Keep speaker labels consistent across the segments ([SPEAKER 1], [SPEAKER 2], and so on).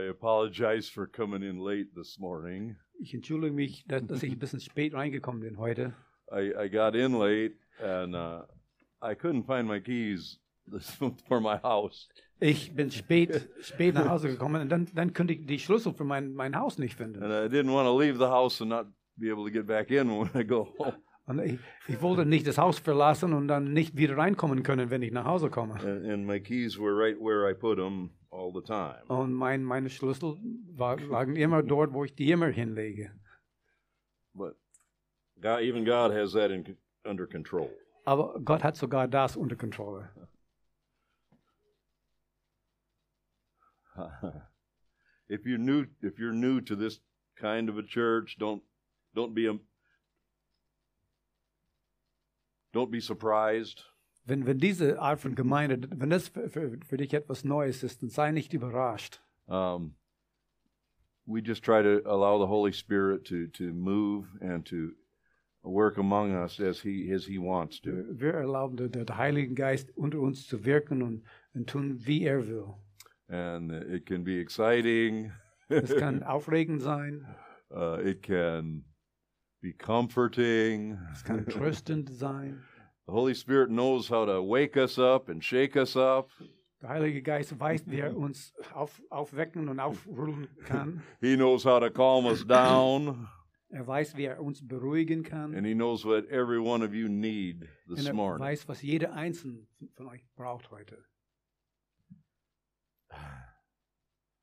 [SPEAKER 1] apologize for coming in late this morning.
[SPEAKER 2] Ich entschuldige mich, dass, dass ich ein bisschen spät reingekommen bin heute.
[SPEAKER 1] I, I got in late and uh, I couldn't find my keys for my house.
[SPEAKER 2] Ich bin spät, spät nach Hause gekommen und dann, dann konnte ich die Schlüssel für mein, mein Haus nicht finden.
[SPEAKER 1] And I didn't want to leave the house and not be able to get back in when I go home.
[SPEAKER 2] Und ich, ich wollte nicht das Haus verlassen und dann nicht wieder reinkommen können, wenn ich nach Hause komme.
[SPEAKER 1] And, and my keys were right where I put them all the time.
[SPEAKER 2] Und mein, meine Schlüssel war, lagen immer dort, wo ich die immer hinlege.
[SPEAKER 1] But God, even God has that in, under control.
[SPEAKER 2] Aber Gott hat sogar das unter Kontrolle.
[SPEAKER 1] if you're new, if you're new to this kind of a church, don't don't be um, a, don't be surprised.
[SPEAKER 2] Wenn, wenn diese Art von Gemeinde, wenn das für, für, für dich etwas Neues ist, dann sei nicht überrascht.
[SPEAKER 1] Um, we just try to allow the Holy Spirit to to move and to work among us as he as he wants to.
[SPEAKER 2] Wir erlauben der, der Heilige Geist unter uns zu wirken und, und tun, wie er will.
[SPEAKER 1] And it can be exciting.
[SPEAKER 2] Es kann aufregend sein,
[SPEAKER 1] Uh, it can be comforting.
[SPEAKER 2] es kann tröstend sein.
[SPEAKER 1] The Holy Spirit knows how to wake us up and shake us up.
[SPEAKER 2] Der Heilige Geist weiß, wie er uns auf, aufwecken und aufrühren kann.
[SPEAKER 1] He knows how to calm us down,
[SPEAKER 2] Er weiß, wie er uns beruhigen kann.
[SPEAKER 1] and He knows what every one of you need
[SPEAKER 2] Und
[SPEAKER 1] this
[SPEAKER 2] er
[SPEAKER 1] morning.
[SPEAKER 2] weiß, was jeder einzelne von euch braucht heute.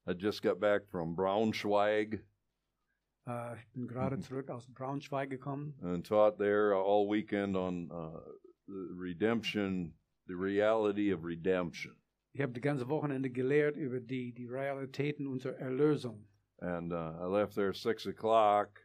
[SPEAKER 1] I just got back from Braunschweig
[SPEAKER 2] Äh, ich bin gerade zurück aus Braunschweig gekommen
[SPEAKER 1] and taught there all weekend on uh, the redemption, the reality of redemption.
[SPEAKER 2] Ich habe die ganze Wochenende gelehrt über die, die Realitäten unserer Erlösung.
[SPEAKER 1] And uh, I left there six o'clock,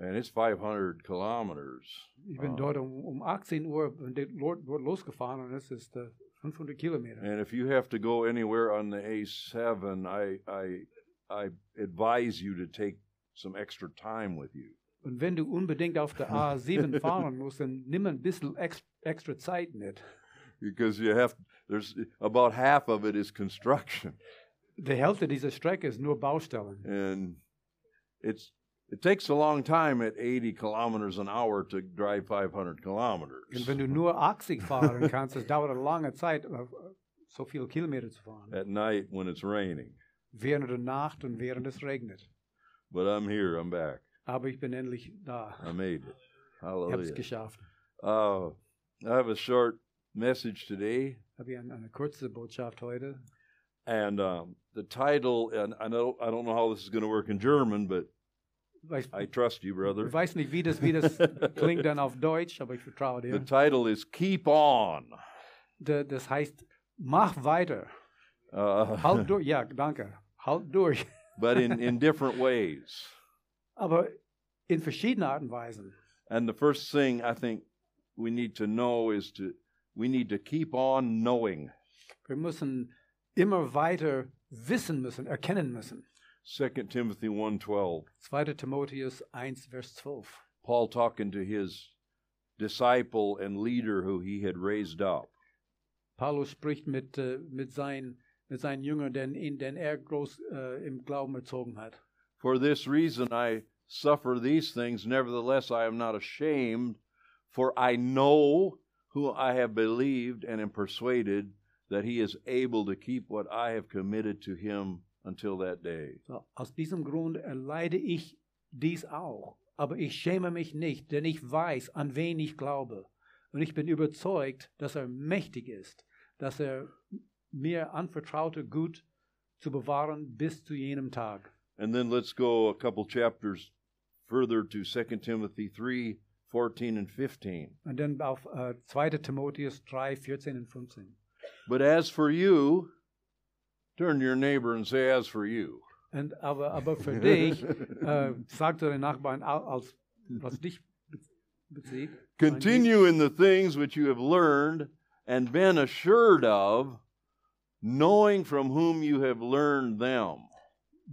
[SPEAKER 1] and it's 500 kilometers.
[SPEAKER 2] Ich bin
[SPEAKER 1] Ah.
[SPEAKER 2] dort um, um 18 Uhr bin dort lo- dort losgefahren und es ist äh, 500 Kilometer.
[SPEAKER 1] And if you have to go anywhere on the A7, I I I advise you to take some extra time with you.
[SPEAKER 2] Und wenn du unbedingt auf der A7 fahren musst, dann nimm ein bisschen ex extra Zeit mit.
[SPEAKER 1] because you have there's about half of it is construction
[SPEAKER 2] Die Hälfte dieser Strecke ist nur Baustellen.
[SPEAKER 1] and it's it takes a long time at 80 kilometers an hour to drive 500
[SPEAKER 2] Und
[SPEAKER 1] kilometers
[SPEAKER 2] wenn du nur 80 fahren kannst, es dauert eine lange Zeit, äh, so viele Kilometer zu fahren.
[SPEAKER 1] at night when it's raining
[SPEAKER 2] Während der Nacht und während es regnet.
[SPEAKER 1] but i'm here i'm back
[SPEAKER 2] Aber ich bin endlich da.
[SPEAKER 1] i made it
[SPEAKER 2] Ich habe es
[SPEAKER 1] hallelujah
[SPEAKER 2] geschafft.
[SPEAKER 1] uh, i have a short message today
[SPEAKER 2] Habe ich eine, eine kurze Botschaft heute.
[SPEAKER 1] and um, the title and i know i don't know how this is going to work in german but
[SPEAKER 2] Weiß,
[SPEAKER 1] i trust you brother
[SPEAKER 2] ich weiß nicht, wie das, wie das klingt dann auf Deutsch, aber ich vertraue
[SPEAKER 1] the
[SPEAKER 2] dir.
[SPEAKER 1] title is keep on
[SPEAKER 2] Da- Das heißt, mach weiter.
[SPEAKER 1] uh,
[SPEAKER 2] Halt durch. Ja, danke. Halt durch.
[SPEAKER 1] but in, in different ways
[SPEAKER 2] Aber in verschiedenen Arten und Weisen.
[SPEAKER 1] And the first thing I think we need to know is to we need to keep on knowing.
[SPEAKER 2] Wir müssen immer weiter wissen müssen, erkennen müssen.
[SPEAKER 1] 2 Timothy 1:12.
[SPEAKER 2] 2. Timotheus 1, Vers 12.
[SPEAKER 1] Paul talking to his disciple and leader who he had raised up.
[SPEAKER 2] Paulus spricht mit, äh, mit, seinen, mit seinen Jüngern, den, ihn, den er groß äh, im Glauben erzogen hat.
[SPEAKER 1] For this reason I suffer these things nevertheless I am not ashamed for I know who I have believed and am persuaded that he is able to keep what I have committed to him until that day.
[SPEAKER 2] So, aus diesem Grund erleide ich dies auch. Aber ich schäme mich nicht, denn ich weiß, an wen ich glaube. Und ich bin überzeugt, dass er mächtig ist, dass er mir anvertraute Gut zu bewahren bis zu jenem Tag.
[SPEAKER 1] And then let's go a couple chapters further to 2 Timothy 3 14 and 15.
[SPEAKER 2] Und dann auf äh, 2. Timotheus 3, 14 und 15.
[SPEAKER 1] But as for you, turn to your neighbor and say, As for you.
[SPEAKER 2] Und aber, aber für dich, äh, sagt er den Nachbarn, au- als, was dich be- bezieht.
[SPEAKER 1] Continue in the things which you have learned and been assured of, knowing from whom you have learned them.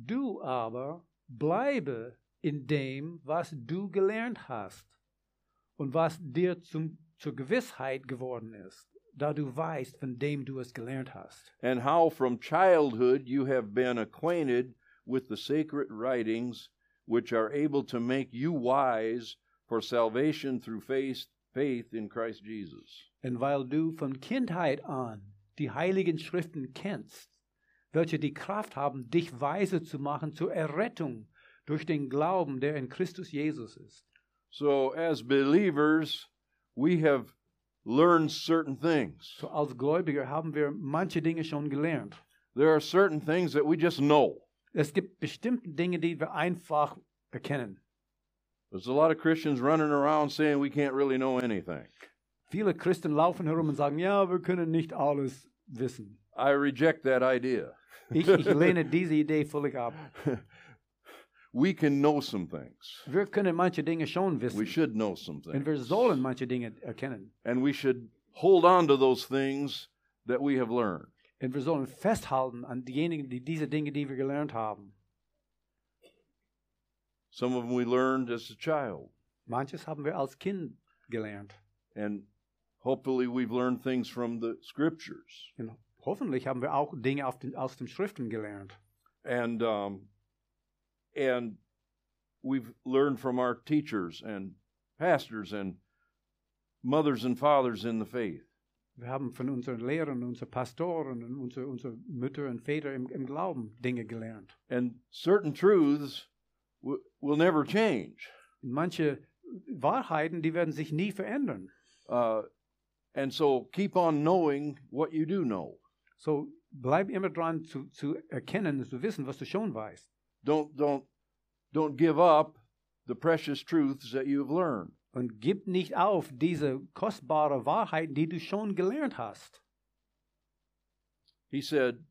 [SPEAKER 2] Du aber bleibe in dem, was du gelernt hast und was dir zum, zur Gewissheit geworden ist, da du weißt, von dem du es gelernt hast.
[SPEAKER 1] And how from childhood you have been acquainted with the sacred writings, which are able to make you wise for salvation through faith, faith in Christ Jesus.
[SPEAKER 2] Denn weil du von Kindheit an die heiligen Schriften kennst, welche die Kraft haben, dich weise zu machen zur Errettung durch den Glauben, der in Christus Jesus ist.
[SPEAKER 1] So, as believers, we have learned certain things.
[SPEAKER 2] So als Gläubiger haben wir manche Dinge schon gelernt.
[SPEAKER 1] There are certain things that we just know.
[SPEAKER 2] Es gibt bestimmte Dinge, die wir einfach erkennen.
[SPEAKER 1] There's a lot of Christians running around saying we can't really know anything.
[SPEAKER 2] Viele Christen laufen herum und sagen, ja, wir können nicht alles wissen.
[SPEAKER 1] I reject that idea.
[SPEAKER 2] Ich, ich lehne diese Idee völlig ab.
[SPEAKER 1] We can know some things.
[SPEAKER 2] Wir können manche Dinge schon
[SPEAKER 1] We
[SPEAKER 2] wissen
[SPEAKER 1] should know some things.
[SPEAKER 2] und wir sollen manche Dinge erkennen.
[SPEAKER 1] and we should hold on to those things that we have learned.
[SPEAKER 2] Und wir sollen festhalten an diejenigen, die diese Dinge, die wir gelernt haben.
[SPEAKER 1] Some of them we learned as a child,
[SPEAKER 2] Manches haben wir als Kind gelernt.
[SPEAKER 1] and hopefully we've learned things from the scriptures.
[SPEAKER 2] Und hoffentlich haben wir auch Dinge auf den, aus den Schriften gelernt.
[SPEAKER 1] And um, and we've learned from our teachers and pastors and mothers and fathers in the faith.
[SPEAKER 2] Wir haben von unseren Lehrern, unseren Pastoren und unsere, unsere Mütter und Väter im, im Glauben Dinge gelernt.
[SPEAKER 1] And certain truths w- will never change.
[SPEAKER 2] Und manche Wahrheiten, die werden sich nie verändern.
[SPEAKER 1] Uh, and so keep on knowing what you do know.
[SPEAKER 2] So bleib immer dran zu, zu erkennen und zu wissen, was du schon weißt.
[SPEAKER 1] don't don't don't give up the precious truths that you've learned
[SPEAKER 2] Und gib nicht auf diese kostbare Wahrheiten, die du schon gelernt hast.
[SPEAKER 1] he said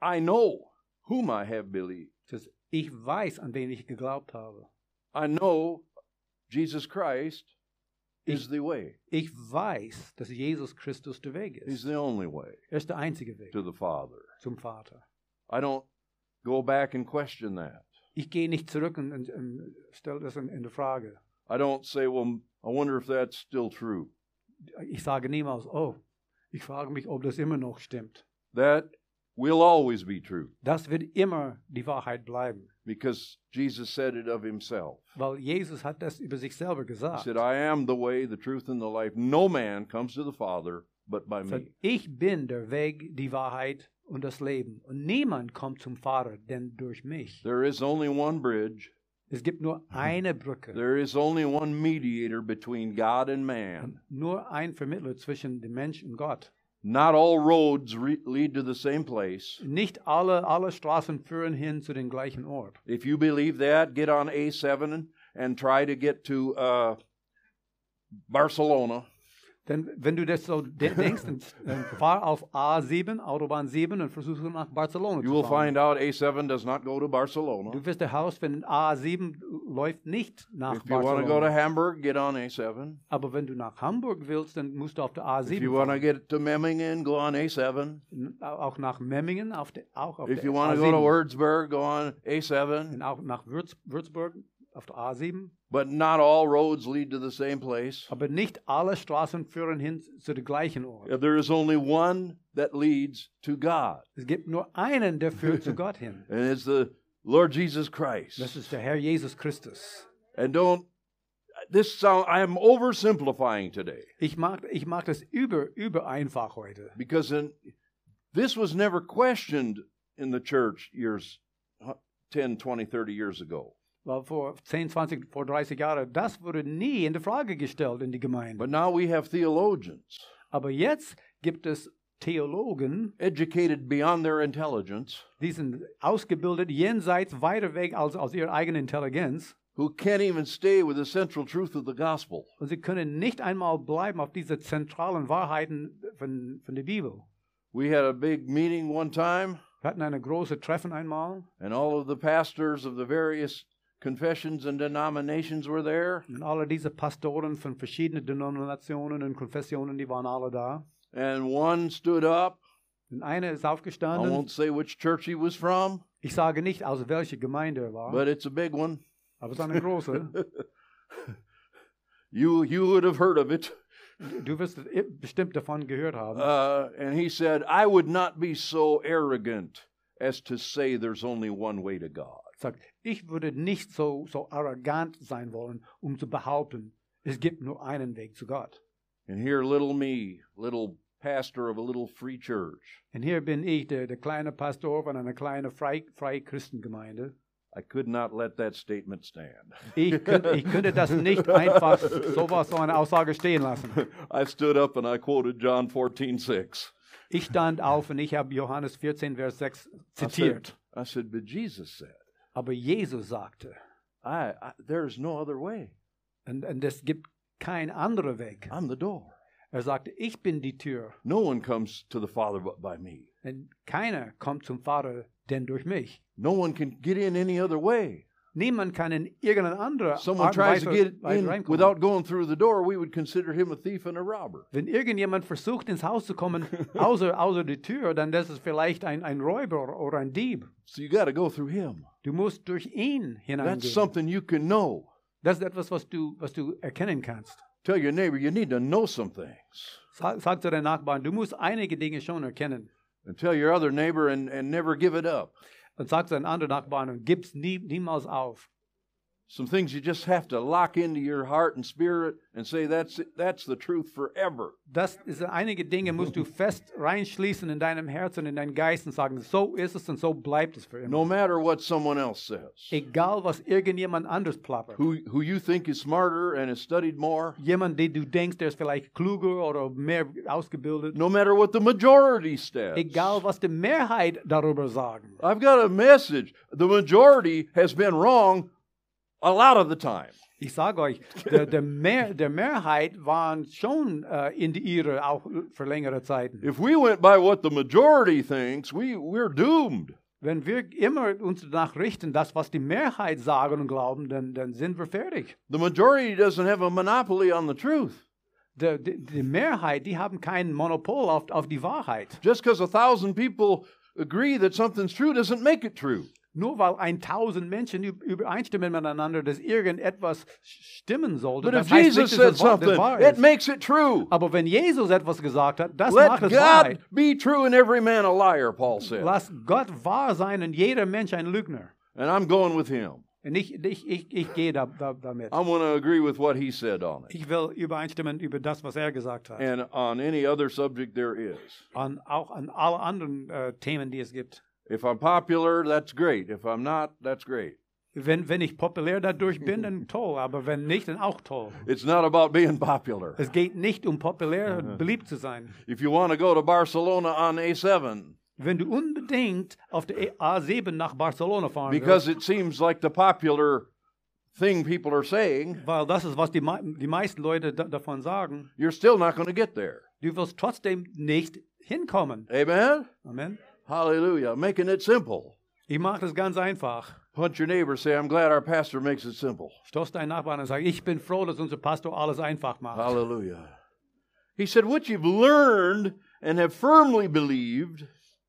[SPEAKER 1] i know whom i have believed
[SPEAKER 2] Das ich weiß, an wen ich geglaubt habe.
[SPEAKER 1] i know jesus christ is
[SPEAKER 2] Ich-
[SPEAKER 1] the way
[SPEAKER 2] Ich weiß, dass Jesus Christus der Weg
[SPEAKER 1] he's
[SPEAKER 2] ist.
[SPEAKER 1] the only way
[SPEAKER 2] Er ist der einzige Weg
[SPEAKER 1] to the father
[SPEAKER 2] zum Vater.
[SPEAKER 1] i don't go back and question that
[SPEAKER 2] Ich gehe nicht zurück und, und, und stelle das in, in Frage.
[SPEAKER 1] i don't say well i wonder if that's still true
[SPEAKER 2] Ich sage niemals, oh, ich frage mich, ob das immer noch stimmt.
[SPEAKER 1] that will always be true
[SPEAKER 2] Das wird immer die Wahrheit bleiben,
[SPEAKER 1] because jesus said it of himself
[SPEAKER 2] weil Jesus hat das über sich selber
[SPEAKER 1] He
[SPEAKER 2] gesagt.
[SPEAKER 1] said, I am the way, the truth, and the life. No man comes to the Father but by
[SPEAKER 2] Er
[SPEAKER 1] me.
[SPEAKER 2] sagt, ich bin der Weg, die Wahrheit und das Leben. Und niemand kommt zum Vater, denn durch mich.
[SPEAKER 1] There is only one bridge.
[SPEAKER 2] Es gibt nur eine Brücke,
[SPEAKER 1] There is only one mediator between God and man.
[SPEAKER 2] nur ein Vermittler zwischen dem Mensch und Gott.
[SPEAKER 1] Not all roads re- lead to the same place.
[SPEAKER 2] Nicht alle, alle Straßen führen hin zu dem gleichen Ort.
[SPEAKER 1] If you believe that, get on A7 and, and try to get to uh, Barcelona.
[SPEAKER 2] Denn wenn du das so de denkst, dann dann fahr auf A7, Autobahn 7 und versuche nach Barcelona
[SPEAKER 1] You
[SPEAKER 2] zu
[SPEAKER 1] will
[SPEAKER 2] fahren.
[SPEAKER 1] find out A7 does not go to Barcelona.
[SPEAKER 2] Du wirst herausfinden, A7 läuft nicht nach
[SPEAKER 1] If you want to go to
[SPEAKER 2] Barcelona.
[SPEAKER 1] Hamburg, get on A7.
[SPEAKER 2] Aber wenn du nach Hamburg willst, dann musst du auf der
[SPEAKER 1] If you
[SPEAKER 2] A7
[SPEAKER 1] want to get to Memmingen, go on A7.
[SPEAKER 2] fahren. Auch nach Memmingen, auf der, auch auf
[SPEAKER 1] If
[SPEAKER 2] der
[SPEAKER 1] you want to go to
[SPEAKER 2] A7.
[SPEAKER 1] Würzburg, go on A7.
[SPEAKER 2] Und auch nach Würz Würzburg, auf der A7.
[SPEAKER 1] But not all roads lead to the same place.
[SPEAKER 2] Aber nicht alle Straßen führen hin zu dem gleichen Ort.
[SPEAKER 1] There is only one that leads to God,
[SPEAKER 2] Es gibt nur einen, der führt zu Gott hin.
[SPEAKER 1] and it's the Lord Jesus
[SPEAKER 2] Das
[SPEAKER 1] Christ.
[SPEAKER 2] ist der Herr Jesus Christus.
[SPEAKER 1] And don't this sound I am oversimplifying today
[SPEAKER 2] Ich mag, ich mag das über, über einfach heute.
[SPEAKER 1] because in, this was never questioned in the church years 10, 20, 30 years ago.
[SPEAKER 2] Weil vor 10, 20, vor 30 Jahren, das wurde nie in die Frage gestellt in die Gemeinde.
[SPEAKER 1] But now we have theologians
[SPEAKER 2] Aber jetzt gibt es Theologen,
[SPEAKER 1] educated beyond their intelligence
[SPEAKER 2] die sind ausgebildet jenseits weiter weg als, als ihre eigene Intelligenz.
[SPEAKER 1] who can't even stay with the central truth of the gospel.
[SPEAKER 2] Und sie können nicht einmal bleiben auf diese zentralen Wahrheiten von, von der Bibel.
[SPEAKER 1] We had a big meeting one time
[SPEAKER 2] Wir hatten ein großes Treffen einmal
[SPEAKER 1] and all of the pastors of the various confessions and denominations were there.
[SPEAKER 2] und alle diese Pastoren von verschiedenen Denominationen und Konfessionen, die waren alle da.
[SPEAKER 1] And one stood up.
[SPEAKER 2] Und einer ist
[SPEAKER 1] I
[SPEAKER 2] aufgestanden.
[SPEAKER 1] won't say which church he was from,
[SPEAKER 2] Ich sage nicht, aus welcher Gemeinde er war.
[SPEAKER 1] but it's a big one.
[SPEAKER 2] Aber es ist eine große.
[SPEAKER 1] You you would have heard of it.
[SPEAKER 2] Du wirst bestimmt davon gehört haben.
[SPEAKER 1] Uh, and he said, "I would not be so arrogant as to say there's only one way to God.
[SPEAKER 2] Sagt, ich würde nicht so, so arrogant sein wollen, um zu behaupten, es gibt nur einen Weg zu Gott.
[SPEAKER 1] And here, little me, little pastor of a little free church,
[SPEAKER 2] Und hier bin ich, der, der kleine Pastor von einer kleinen freie frei Christengemeinde.
[SPEAKER 1] I could not let that statement stand.
[SPEAKER 2] Ich könnte, ich könnte das nicht einfach sowas, so eine Aussage stehen lassen.
[SPEAKER 1] I stood up and I quoted John 14 6.
[SPEAKER 2] Ich stand auf und ich habe Johannes 14, Vers 6 zitiert.
[SPEAKER 1] I said, But Jesus said,
[SPEAKER 2] Aber Jesus sagte,
[SPEAKER 1] I, I there's no other way.
[SPEAKER 2] und, und es gibt keinen anderen Weg.
[SPEAKER 1] I'm the door.
[SPEAKER 2] Er sagte, ich bin die Tür.
[SPEAKER 1] No one comes to the Father but by me.
[SPEAKER 2] Denn keiner kommt zum Vater, denn durch mich.
[SPEAKER 1] No one can get in any other way.
[SPEAKER 2] Niemand kann in irgendeine andere Art und
[SPEAKER 1] Someone tries
[SPEAKER 2] Weise
[SPEAKER 1] to get
[SPEAKER 2] weit
[SPEAKER 1] in
[SPEAKER 2] reinkommen.
[SPEAKER 1] without going through the door, we would consider him a thief and a robber.
[SPEAKER 2] Wenn irgendjemand versucht, ins Haus zu kommen, außer, außer die Tür, dann das ist vielleicht ein, ein Räuber oder ein Dieb.
[SPEAKER 1] So you got to go through him.
[SPEAKER 2] Du musst durch ihn
[SPEAKER 1] That's
[SPEAKER 2] hineingehen.
[SPEAKER 1] something you can know.
[SPEAKER 2] Das ist etwas, was du, was du erkennen kannst.
[SPEAKER 1] Tell your neighbor you need to know some things.
[SPEAKER 2] Sag, sag zu deinen Nachbarn, du musst einige Dinge schon erkennen.
[SPEAKER 1] And tell your other neighbor and, and never give it up.
[SPEAKER 2] Und sag zu deinen anderen Nachbarn und gib's nie, niemals auf.
[SPEAKER 1] Some things you just have to lock into your heart and spirit and say that's it, that's the truth forever.
[SPEAKER 2] Das ist, einige Dinge musst du fest reinschließen in deinem Herz und in deinen Geist und sagen, so ist es und so bleibt es für immer.
[SPEAKER 1] No matter what someone else says.
[SPEAKER 2] Egal, was irgendjemand anders plappert.
[SPEAKER 1] Who who you think is smarter and has studied more.
[SPEAKER 2] Jemand, den du denkst, der ist vielleicht kluger oder mehr ausgebildet.
[SPEAKER 1] No matter what the majority says.
[SPEAKER 2] Egal, was die Mehrheit darüber sagen.
[SPEAKER 1] I've got a message. The majority has been wrong a lot of the time.
[SPEAKER 2] Ich sage euch, der, der, Mehr, der Mehrheit waren schon äh, in die Irre, auch für längere Zeiten.
[SPEAKER 1] If we went by what the majority thinks, we, we're doomed.
[SPEAKER 2] Wenn wir immer uns danach richten, das, was die Mehrheit sagen und glauben, dann, dann sind wir fertig.
[SPEAKER 1] The majority doesn't have a monopoly on the truth.
[SPEAKER 2] Der, die, die Mehrheit, die haben kein Monopol auf, auf die Wahrheit.
[SPEAKER 1] Just because a thousand people agree that something's true doesn't make it true.
[SPEAKER 2] Nur weil 1000 Menschen üb- übereinstimmen miteinander, dass irgendetwas stimmen sollte,
[SPEAKER 1] But if
[SPEAKER 2] das heißt
[SPEAKER 1] Jesus
[SPEAKER 2] nicht, dass
[SPEAKER 1] said
[SPEAKER 2] es wahr-
[SPEAKER 1] something,
[SPEAKER 2] das wahr
[SPEAKER 1] it
[SPEAKER 2] ist.
[SPEAKER 1] makes it true.
[SPEAKER 2] Aber wenn Jesus etwas gesagt hat, das
[SPEAKER 1] Let
[SPEAKER 2] macht es
[SPEAKER 1] God
[SPEAKER 2] Wahrheit.
[SPEAKER 1] be true and every man a liar, Paul said.
[SPEAKER 2] Lass Gott wahr sein und jeder Mensch ein Lügner.
[SPEAKER 1] And I'm going with him.
[SPEAKER 2] Und ich, ich, ich, ich gehe da, da, damit.
[SPEAKER 1] I'm going to agree with what he said on it
[SPEAKER 2] Ich will übereinstimmen über das, was er gesagt hat.
[SPEAKER 1] and on any other subject there is.
[SPEAKER 2] An, auch an alle anderen äh, Themen, die es gibt.
[SPEAKER 1] If I'm popular, that's great. If I'm not, that's great.
[SPEAKER 2] Wenn, wenn ich populär dadurch bin, dann toll. Aber wenn nicht, dann auch toll.
[SPEAKER 1] It's not about being popular.
[SPEAKER 2] Es geht nicht um populär und beliebt zu sein.
[SPEAKER 1] If you want to go to Barcelona on A7
[SPEAKER 2] Wenn du unbedingt auf der E- A7 nach Barcelona fahren willst,
[SPEAKER 1] because it seems like the popular thing people are saying,
[SPEAKER 2] weil das ist, was die, mei- die meisten Leute da, davon sagen,
[SPEAKER 1] you're still not going to get there.
[SPEAKER 2] du wirst trotzdem nicht hinkommen.
[SPEAKER 1] Amen?
[SPEAKER 2] Amen.
[SPEAKER 1] Hallelujah. Making it simple.
[SPEAKER 2] Ich mache das ganz einfach.
[SPEAKER 1] Punch your neighbor, say, I'm glad our pastor makes it simple.
[SPEAKER 2] Stoß deinen Nachbarn und sag, ich bin froh, dass unser Pastor alles einfach macht.
[SPEAKER 1] Hallelujah. He said, What you've learned and have firmly believed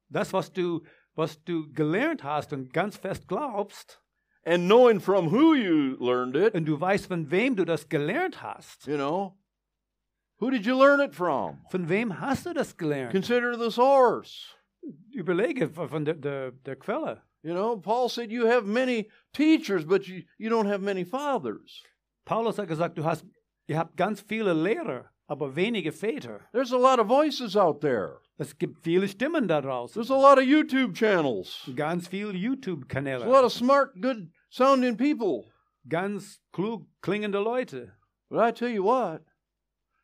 [SPEAKER 2] Das, was du, was du gelernt hast und ganz fest glaubst,
[SPEAKER 1] and knowing from who you learned it,
[SPEAKER 2] und du weißt, von wem du das gelernt hast.
[SPEAKER 1] you know, who did you learn it from?
[SPEAKER 2] Von wem hast du das gelernt?
[SPEAKER 1] Consider the source.
[SPEAKER 2] Überlege von von der, der, der Quelle.
[SPEAKER 1] You know, Paul said, You have many teachers, but you, you don't have many fathers.
[SPEAKER 2] Paulus hat gesagt, du hast, ihr habt ganz viele Lehrer, aber wenige Väter.
[SPEAKER 1] There's a lot of voices out there,
[SPEAKER 2] Es gibt viele Stimmen da draußen.
[SPEAKER 1] there's a lot of YouTube channels,
[SPEAKER 2] Ganz viele
[SPEAKER 1] there's a lot
[SPEAKER 2] YouTube-Kanäle.
[SPEAKER 1] of smart, good sounding people.
[SPEAKER 2] Ganz klug klingende Leute.
[SPEAKER 1] But I tell you what,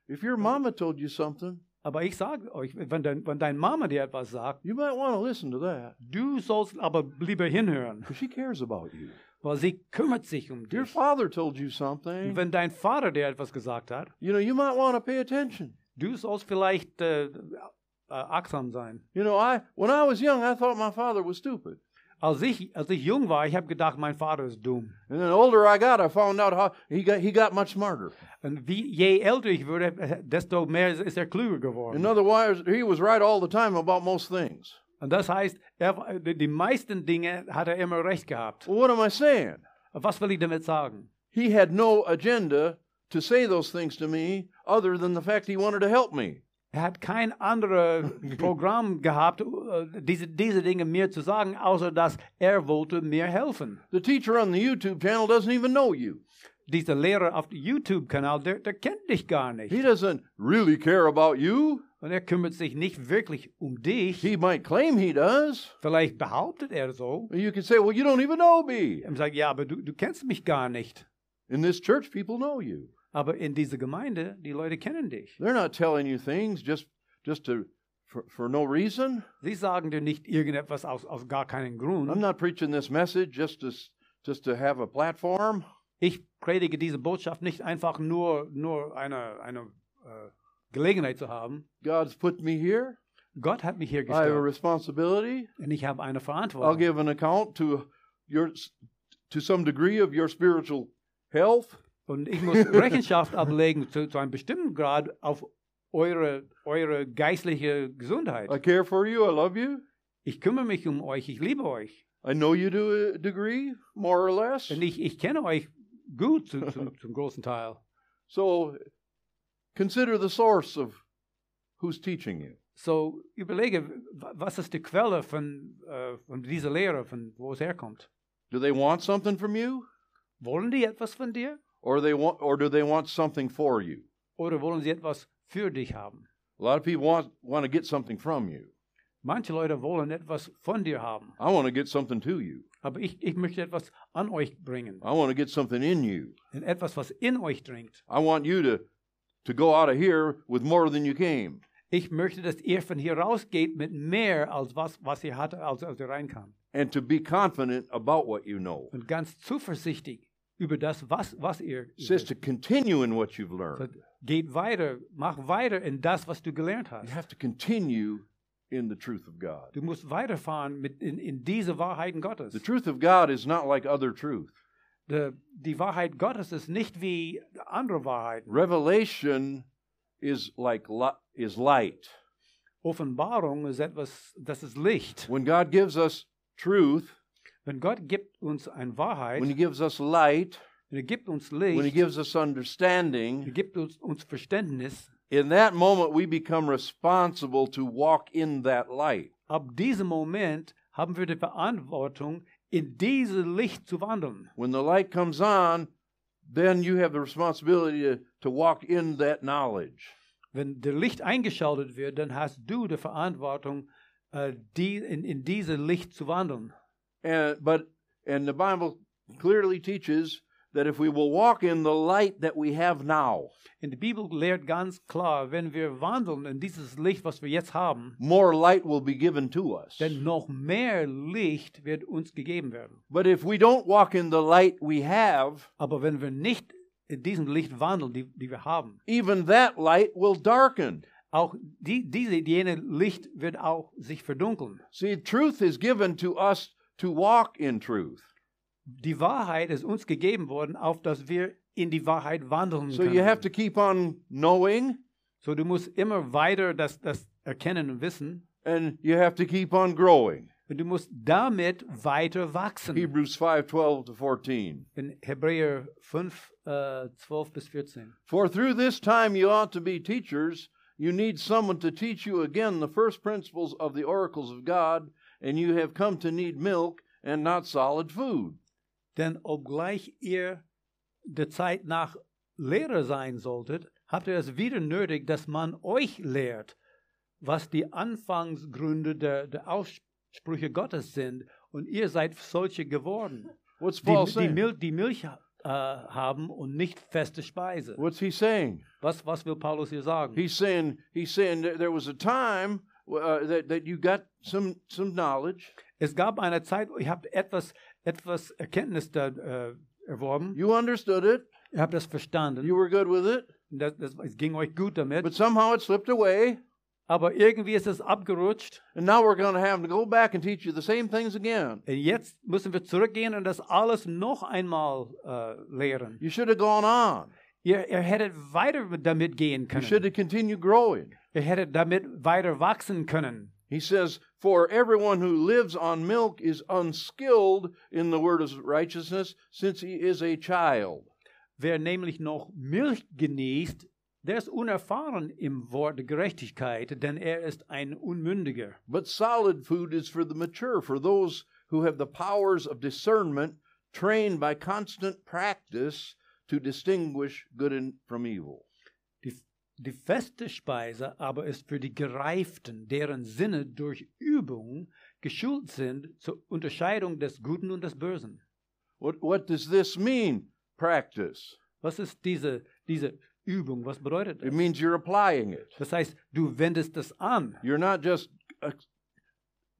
[SPEAKER 1] if your mama told you something,
[SPEAKER 2] Aber ich sage euch, wenn dein, wenn dein Mama dir etwas sagt,
[SPEAKER 1] you might want to listen to that
[SPEAKER 2] du sollst aber lieber hinhören,
[SPEAKER 1] because she cares about you.
[SPEAKER 2] weil sie kümmert sich um
[SPEAKER 1] Your
[SPEAKER 2] dich.
[SPEAKER 1] father told you
[SPEAKER 2] Und
[SPEAKER 1] something,
[SPEAKER 2] wenn dein Vater dir etwas gesagt hat,
[SPEAKER 1] you know, you might want to pay attention.
[SPEAKER 2] du sollst vielleicht äh, äh, achtsam sein.
[SPEAKER 1] You know, I when I was young, I thought my father was stupid.
[SPEAKER 2] Als ich, als ich jung war, ich habe gedacht, mein Vater ist dumm.
[SPEAKER 1] And then the older I got, I found out how he got he got much smarter.
[SPEAKER 2] Und wie, je älter ich wurde, äh, desto mehr ist- ist er klüger geworden.
[SPEAKER 1] In other words, he was right all the time about most things.
[SPEAKER 2] Und das heißt, er, war- die die meisten Dinge hat er immer recht gehabt.
[SPEAKER 1] Well, what am I saying?
[SPEAKER 2] Was will ich damit sagen?
[SPEAKER 1] He had no agenda to say those things to me other than the fact he wanted to help me.
[SPEAKER 2] Er hat kein anderes Programm gehabt, äh, diese, diese Dinge mir zu sagen, außer dass er wollte mir helfen.
[SPEAKER 1] The teacher on the YouTube channel doesn't even know you.
[SPEAKER 2] Dieser Lehrer auf dem YouTube-Kanal, der, der kennt dich gar
[SPEAKER 1] He
[SPEAKER 2] nicht.
[SPEAKER 1] doesn't really care about you.
[SPEAKER 2] Und er kümmert sich nicht wirklich um dich.
[SPEAKER 1] He might claim he does.
[SPEAKER 2] Vielleicht behauptet er so.
[SPEAKER 1] You could say, well, you don't even know me.
[SPEAKER 2] Er sagt, ja, aber du, du kennst mich gar nicht.
[SPEAKER 1] In this church, people know you.
[SPEAKER 2] Aber in dieser Gemeinde, die Leute kennen dich.
[SPEAKER 1] They're not telling you things just just to for, for no reason.
[SPEAKER 2] Sie sagen dir nicht irgendetwas aus, aus gar keinen
[SPEAKER 1] I'm
[SPEAKER 2] Grund.
[SPEAKER 1] not preaching this message just to s- just to have a platform.
[SPEAKER 2] Ich predige diese Botschaft nicht einfach nur, nur eine, eine äh, Gelegenheit zu haben.
[SPEAKER 1] God's put me here.
[SPEAKER 2] Gott hat mich hier
[SPEAKER 1] I have a
[SPEAKER 2] gestellt
[SPEAKER 1] responsibility.
[SPEAKER 2] und ich habe eine
[SPEAKER 1] I'll
[SPEAKER 2] Verantwortung.
[SPEAKER 1] give an account to your s- to some degree of your spiritual health.
[SPEAKER 2] Und ich muss Rechenschaft ablegen zu, zu einem bestimmten Grad auf eure, eure geistliche
[SPEAKER 1] I
[SPEAKER 2] Gesundheit.
[SPEAKER 1] care for you. I love you.
[SPEAKER 2] Ich kümmere mich um euch, ich liebe euch.
[SPEAKER 1] I know you to a degree, more or less.
[SPEAKER 2] Und ich, ich kenne euch gut zu, zum, zum großen Teil.
[SPEAKER 1] So consider the source of who's teaching you.
[SPEAKER 2] So überlege, wa- was ist die Quelle von, äh, von dieser Lehre, von wo es herkommt?
[SPEAKER 1] Do they want something from you,
[SPEAKER 2] Wollen die etwas von dir
[SPEAKER 1] or they want, or do they want something for you?
[SPEAKER 2] oder wollen sie etwas für dich haben?
[SPEAKER 1] A lot of people want, want to get something from you.
[SPEAKER 2] Manche Leute wollen etwas von dir haben,
[SPEAKER 1] I want to get something to you.
[SPEAKER 2] aber ich, ich möchte etwas an euch bringen.
[SPEAKER 1] I want to get something in you.
[SPEAKER 2] Denn etwas, was in euch dringt.
[SPEAKER 1] I want you to, to go out of here with more than you came.
[SPEAKER 2] Ich möchte, dass ihr von hier rausgeht mit mehr als was, was ihr hatte, als, als ihr reinkam.
[SPEAKER 1] And to be confident about what you know.
[SPEAKER 2] Und ganz zuversichtlich über das, was, was ihr.
[SPEAKER 1] It says to continue in what you've learned.
[SPEAKER 2] Geht weiter, mach weiter in das, was du gelernt
[SPEAKER 1] You
[SPEAKER 2] hast.
[SPEAKER 1] have to continue in the truth of God.
[SPEAKER 2] Du musst weiterfahren mit in, in diese Wahrheiten Gottes.
[SPEAKER 1] The truth of God is not like other truth.
[SPEAKER 2] Die, die Wahrheit Gottes ist nicht wie andere Wahrheiten.
[SPEAKER 1] Revelation is like li- is light.
[SPEAKER 2] Offenbarung ist etwas, das ist Licht.
[SPEAKER 1] When God gives us truth,
[SPEAKER 2] Wenn Gott gibt uns eine Wahrheit,
[SPEAKER 1] when He gives us light,
[SPEAKER 2] und er gibt uns
[SPEAKER 1] when He
[SPEAKER 2] Licht,
[SPEAKER 1] gives us understanding,
[SPEAKER 2] er gibt uns, uns Verständnis,
[SPEAKER 1] In that moment, we become responsible to walk in that light.
[SPEAKER 2] ab diesem Moment haben wir die Verantwortung, in dieses Licht zu wandeln.
[SPEAKER 1] When the light comes on, then you have the responsibility to, to walk in that knowledge.
[SPEAKER 2] Wenn das Licht eingeschaltet wird, dann hast du die Verantwortung, äh, die, in, in dieses Licht zu wandeln.
[SPEAKER 1] And but and the Bible clearly teaches that if we will walk in the light that we have now,
[SPEAKER 2] In der Bibel lehrt ganz klar, wenn wir wandeln in dieses Licht, was wir jetzt haben,
[SPEAKER 1] more light will be given to us.
[SPEAKER 2] denn noch mehr Licht wird uns gegeben werden.
[SPEAKER 1] But if we don't walk in the light we have,
[SPEAKER 2] Aber wenn wir nicht in diesem Licht wandeln, die, die wir haben,
[SPEAKER 1] even that light will darken.
[SPEAKER 2] auch die, diese, jene Licht wird auch sich verdunkeln.
[SPEAKER 1] See, truth is given to us to walk in truth.
[SPEAKER 2] Die Wahrheit ist uns gegeben worden, auf dass wir in die Wahrheit wandeln
[SPEAKER 1] So
[SPEAKER 2] können.
[SPEAKER 1] you have to keep on knowing.
[SPEAKER 2] so du musst immer weiter das, das erkennen und wissen.
[SPEAKER 1] and you have to keep on growing.
[SPEAKER 2] Und du musst damit weiter wachsen.
[SPEAKER 1] Hebrews 5 12 to 14.
[SPEAKER 2] In Hebräer 5, äh, 12 bis 14.
[SPEAKER 1] For through this time you ought to be teachers. You need someone to teach you again the first principles of the oracles of God, and you have come to need milk and not solid food.
[SPEAKER 2] Denn obgleich ihr der Zeit nach Lehrer sein solltet, habt ihr es wieder nötig, dass man euch lehrt, was die Anfangsgründe der, der Aussprüche Gottes sind. Und ihr seid solche geworden,
[SPEAKER 1] What's
[SPEAKER 2] die,
[SPEAKER 1] Paul
[SPEAKER 2] die,
[SPEAKER 1] saying?
[SPEAKER 2] Mil die Milch äh, haben und nicht feste Speise.
[SPEAKER 1] What's he saying?
[SPEAKER 2] Was, was will Paulus hier sagen?
[SPEAKER 1] He's saying he's saying that there was a time uh, that that you got some some knowledge.
[SPEAKER 2] es gab eine Zeit, ihr habt etwas, etwas Erkenntnis da, äh, erworben,
[SPEAKER 1] You understood it.
[SPEAKER 2] ihr habt das verstanden,
[SPEAKER 1] You were good with it,
[SPEAKER 2] das, das, es ging euch gut damit.
[SPEAKER 1] but somehow it slipped away.
[SPEAKER 2] Aber irgendwie ist es abgerutscht.
[SPEAKER 1] And now we're going to have to go back and teach you the same things again.
[SPEAKER 2] Und Jetzt müssen wir zurückgehen und das alles noch einmal äh, lehren.
[SPEAKER 1] You should have gone on.
[SPEAKER 2] Ihr, ihr hättet weiter mit- damit gehen
[SPEAKER 1] You should
[SPEAKER 2] können.
[SPEAKER 1] have continued growing.
[SPEAKER 2] Ihr hättet damit weiter wachsen können.
[SPEAKER 1] He says, For everyone who lives on milk is unskilled in the word of righteousness, since he is a child.
[SPEAKER 2] Wer nämlich noch Milch genießt, Der ist unerfahren im Wort Gerechtigkeit, denn er ist ein Unmündiger.
[SPEAKER 1] But solid food is for the mature, for those who have the powers of discernment, trained by constant practice to distinguish good and from evil.
[SPEAKER 2] Die, die feste Speise aber ist für die Gereiften, deren Sinne durch Übung geschult sind zur Unterscheidung des Guten und des Bösen.
[SPEAKER 1] What, what does this mean, practice?
[SPEAKER 2] Was ist diese, diese Übung? Was bedeutet
[SPEAKER 1] It
[SPEAKER 2] das?
[SPEAKER 1] means you're applying it.
[SPEAKER 2] Das heißt, du wendest es an.
[SPEAKER 1] You're not just uh,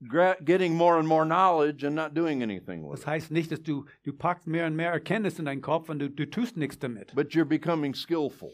[SPEAKER 1] gra- getting more and more knowledge and not doing anything with it,
[SPEAKER 2] Das heißt nicht, dass du, du packst mehr und mehr Erkenntnis in deinen Kopf und du, du tust nichts damit,
[SPEAKER 1] but you're becoming skillful.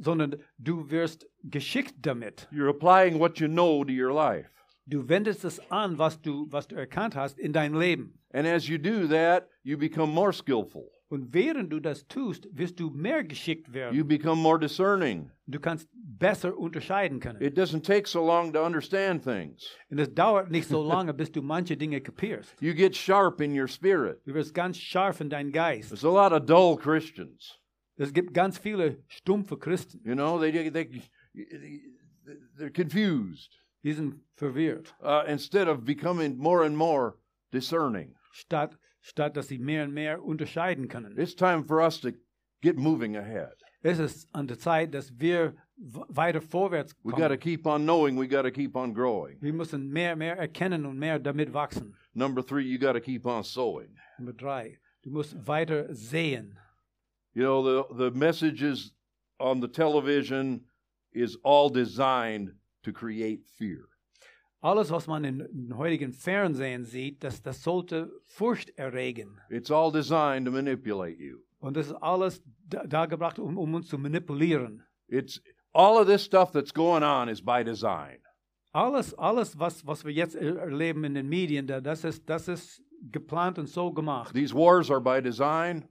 [SPEAKER 2] sondern du wirst geschickt damit.
[SPEAKER 1] You're applying what you know to your life.
[SPEAKER 2] Du wendest es an, was du, was du erkannt hast in deinem Leben.
[SPEAKER 1] And as you do that, you become more skillful.
[SPEAKER 2] Und während du das tust, wirst du mehr geschickt werden.
[SPEAKER 1] You become more discerning.
[SPEAKER 2] Du kannst besser unterscheiden können.
[SPEAKER 1] It doesn't take so long to understand things.
[SPEAKER 2] Und es dauert nicht so lange, bis du manche Dinge kapierst.
[SPEAKER 1] You get sharp in your spirit.
[SPEAKER 2] Du wirst ganz scharf in deinen Geist.
[SPEAKER 1] There's a lot of dull Christians.
[SPEAKER 2] Es gibt ganz viele stumpfe Christen,
[SPEAKER 1] You know, they they, they they're confused
[SPEAKER 2] die sind verwirrt.
[SPEAKER 1] uh, instead of becoming more and more discerning.
[SPEAKER 2] Statt, statt dass sie mehr und mehr unterscheiden können.
[SPEAKER 1] It's time for us to get moving ahead.
[SPEAKER 2] Es ist an der Zeit, dass wir w- weiter vorwärts
[SPEAKER 1] We got to
[SPEAKER 2] kommen.
[SPEAKER 1] keep on knowing. We got to keep on growing.
[SPEAKER 2] Wir müssen mehr, mehr erkennen und mehr damit wachsen.
[SPEAKER 1] Number three, you got to keep on sowing.
[SPEAKER 2] Nummer drei, du musst weiter sehen.
[SPEAKER 1] You know, the the messages on the television is all designed to create fear.
[SPEAKER 2] Alles, was man in, in heutigen Fernsehen sieht, das, das sollte Furcht erregen.
[SPEAKER 1] It's all designed to manipulate you.
[SPEAKER 2] Und das ist alles da, dargebracht, um, um uns zu manipulieren.
[SPEAKER 1] It's all of this stuff that's going on is by design.
[SPEAKER 2] Alles, alles was, was wir jetzt er- erleben in den Medien, da- das ist, das ist geplant und so gemacht.
[SPEAKER 1] These wars are by design.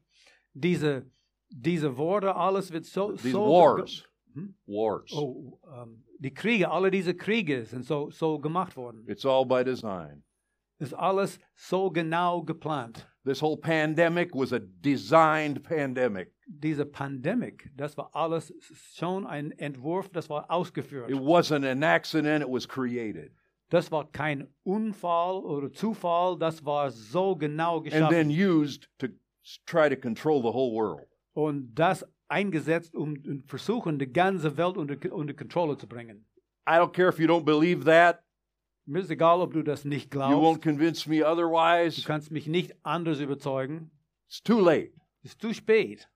[SPEAKER 2] Diese, diese Worte, alles wird so...
[SPEAKER 1] These
[SPEAKER 2] so ge-
[SPEAKER 1] wars,
[SPEAKER 2] Hmm?
[SPEAKER 1] wars.
[SPEAKER 2] Oh, ähm, die Kriege, alle diese Kriege sind so, so gemacht worden.
[SPEAKER 1] It's all by design.
[SPEAKER 2] Ist alles so genau geplant.
[SPEAKER 1] This whole pandemic was a designed pandemic.
[SPEAKER 2] Diese Pandemie, das war alles schon ein Entwurf, das war
[SPEAKER 1] It
[SPEAKER 2] ausgeführt.
[SPEAKER 1] wasn't an accident, it was created.
[SPEAKER 2] Das war kein Unfall oder Zufall, das war so genau
[SPEAKER 1] And
[SPEAKER 2] geschaffen
[SPEAKER 1] then used to s- try to control the whole world.
[SPEAKER 2] und das eingesetzt, um um versuchen, die ganze Welt unter, unter Kontrolle zu bringen.
[SPEAKER 1] I don't care if you don't believe that.
[SPEAKER 2] Mir ist egal, ob du das nicht
[SPEAKER 1] You won't
[SPEAKER 2] glaubst.
[SPEAKER 1] convince me
[SPEAKER 2] Du
[SPEAKER 1] otherwise.
[SPEAKER 2] kannst mich nicht anders überzeugen.
[SPEAKER 1] It's too late.
[SPEAKER 2] Es ist zu spät.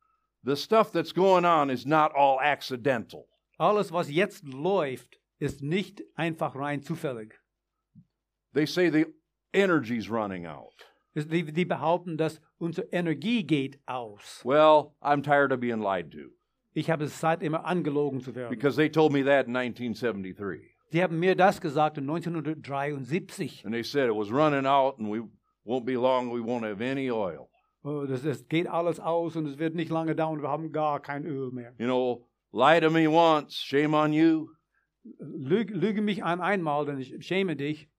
[SPEAKER 1] The stuff that's going on is not all accidental.
[SPEAKER 2] Alles, was jetzt läuft, ist nicht einfach rein zufällig.
[SPEAKER 1] They say the energy's running out.
[SPEAKER 2] Es- Die, die behaupten, dass unsere Energie geht aus.
[SPEAKER 1] Well, I'm tired of being lied to
[SPEAKER 2] Ich habe es satt, immer angelogen zu werden.
[SPEAKER 1] because they told me that in 1973.
[SPEAKER 2] Sie haben mir das gesagt in 1973.
[SPEAKER 1] And they said it was running out and we won't be long, we won't have any oil.
[SPEAKER 2] Oh, das, das geht alles aus und es wird nicht lange dauern. Wir haben gar kein Öl mehr.
[SPEAKER 1] You know, lie to me once, shame on you.
[SPEAKER 2] Lüge, lüge mich an einmal, denn ich schäme dich.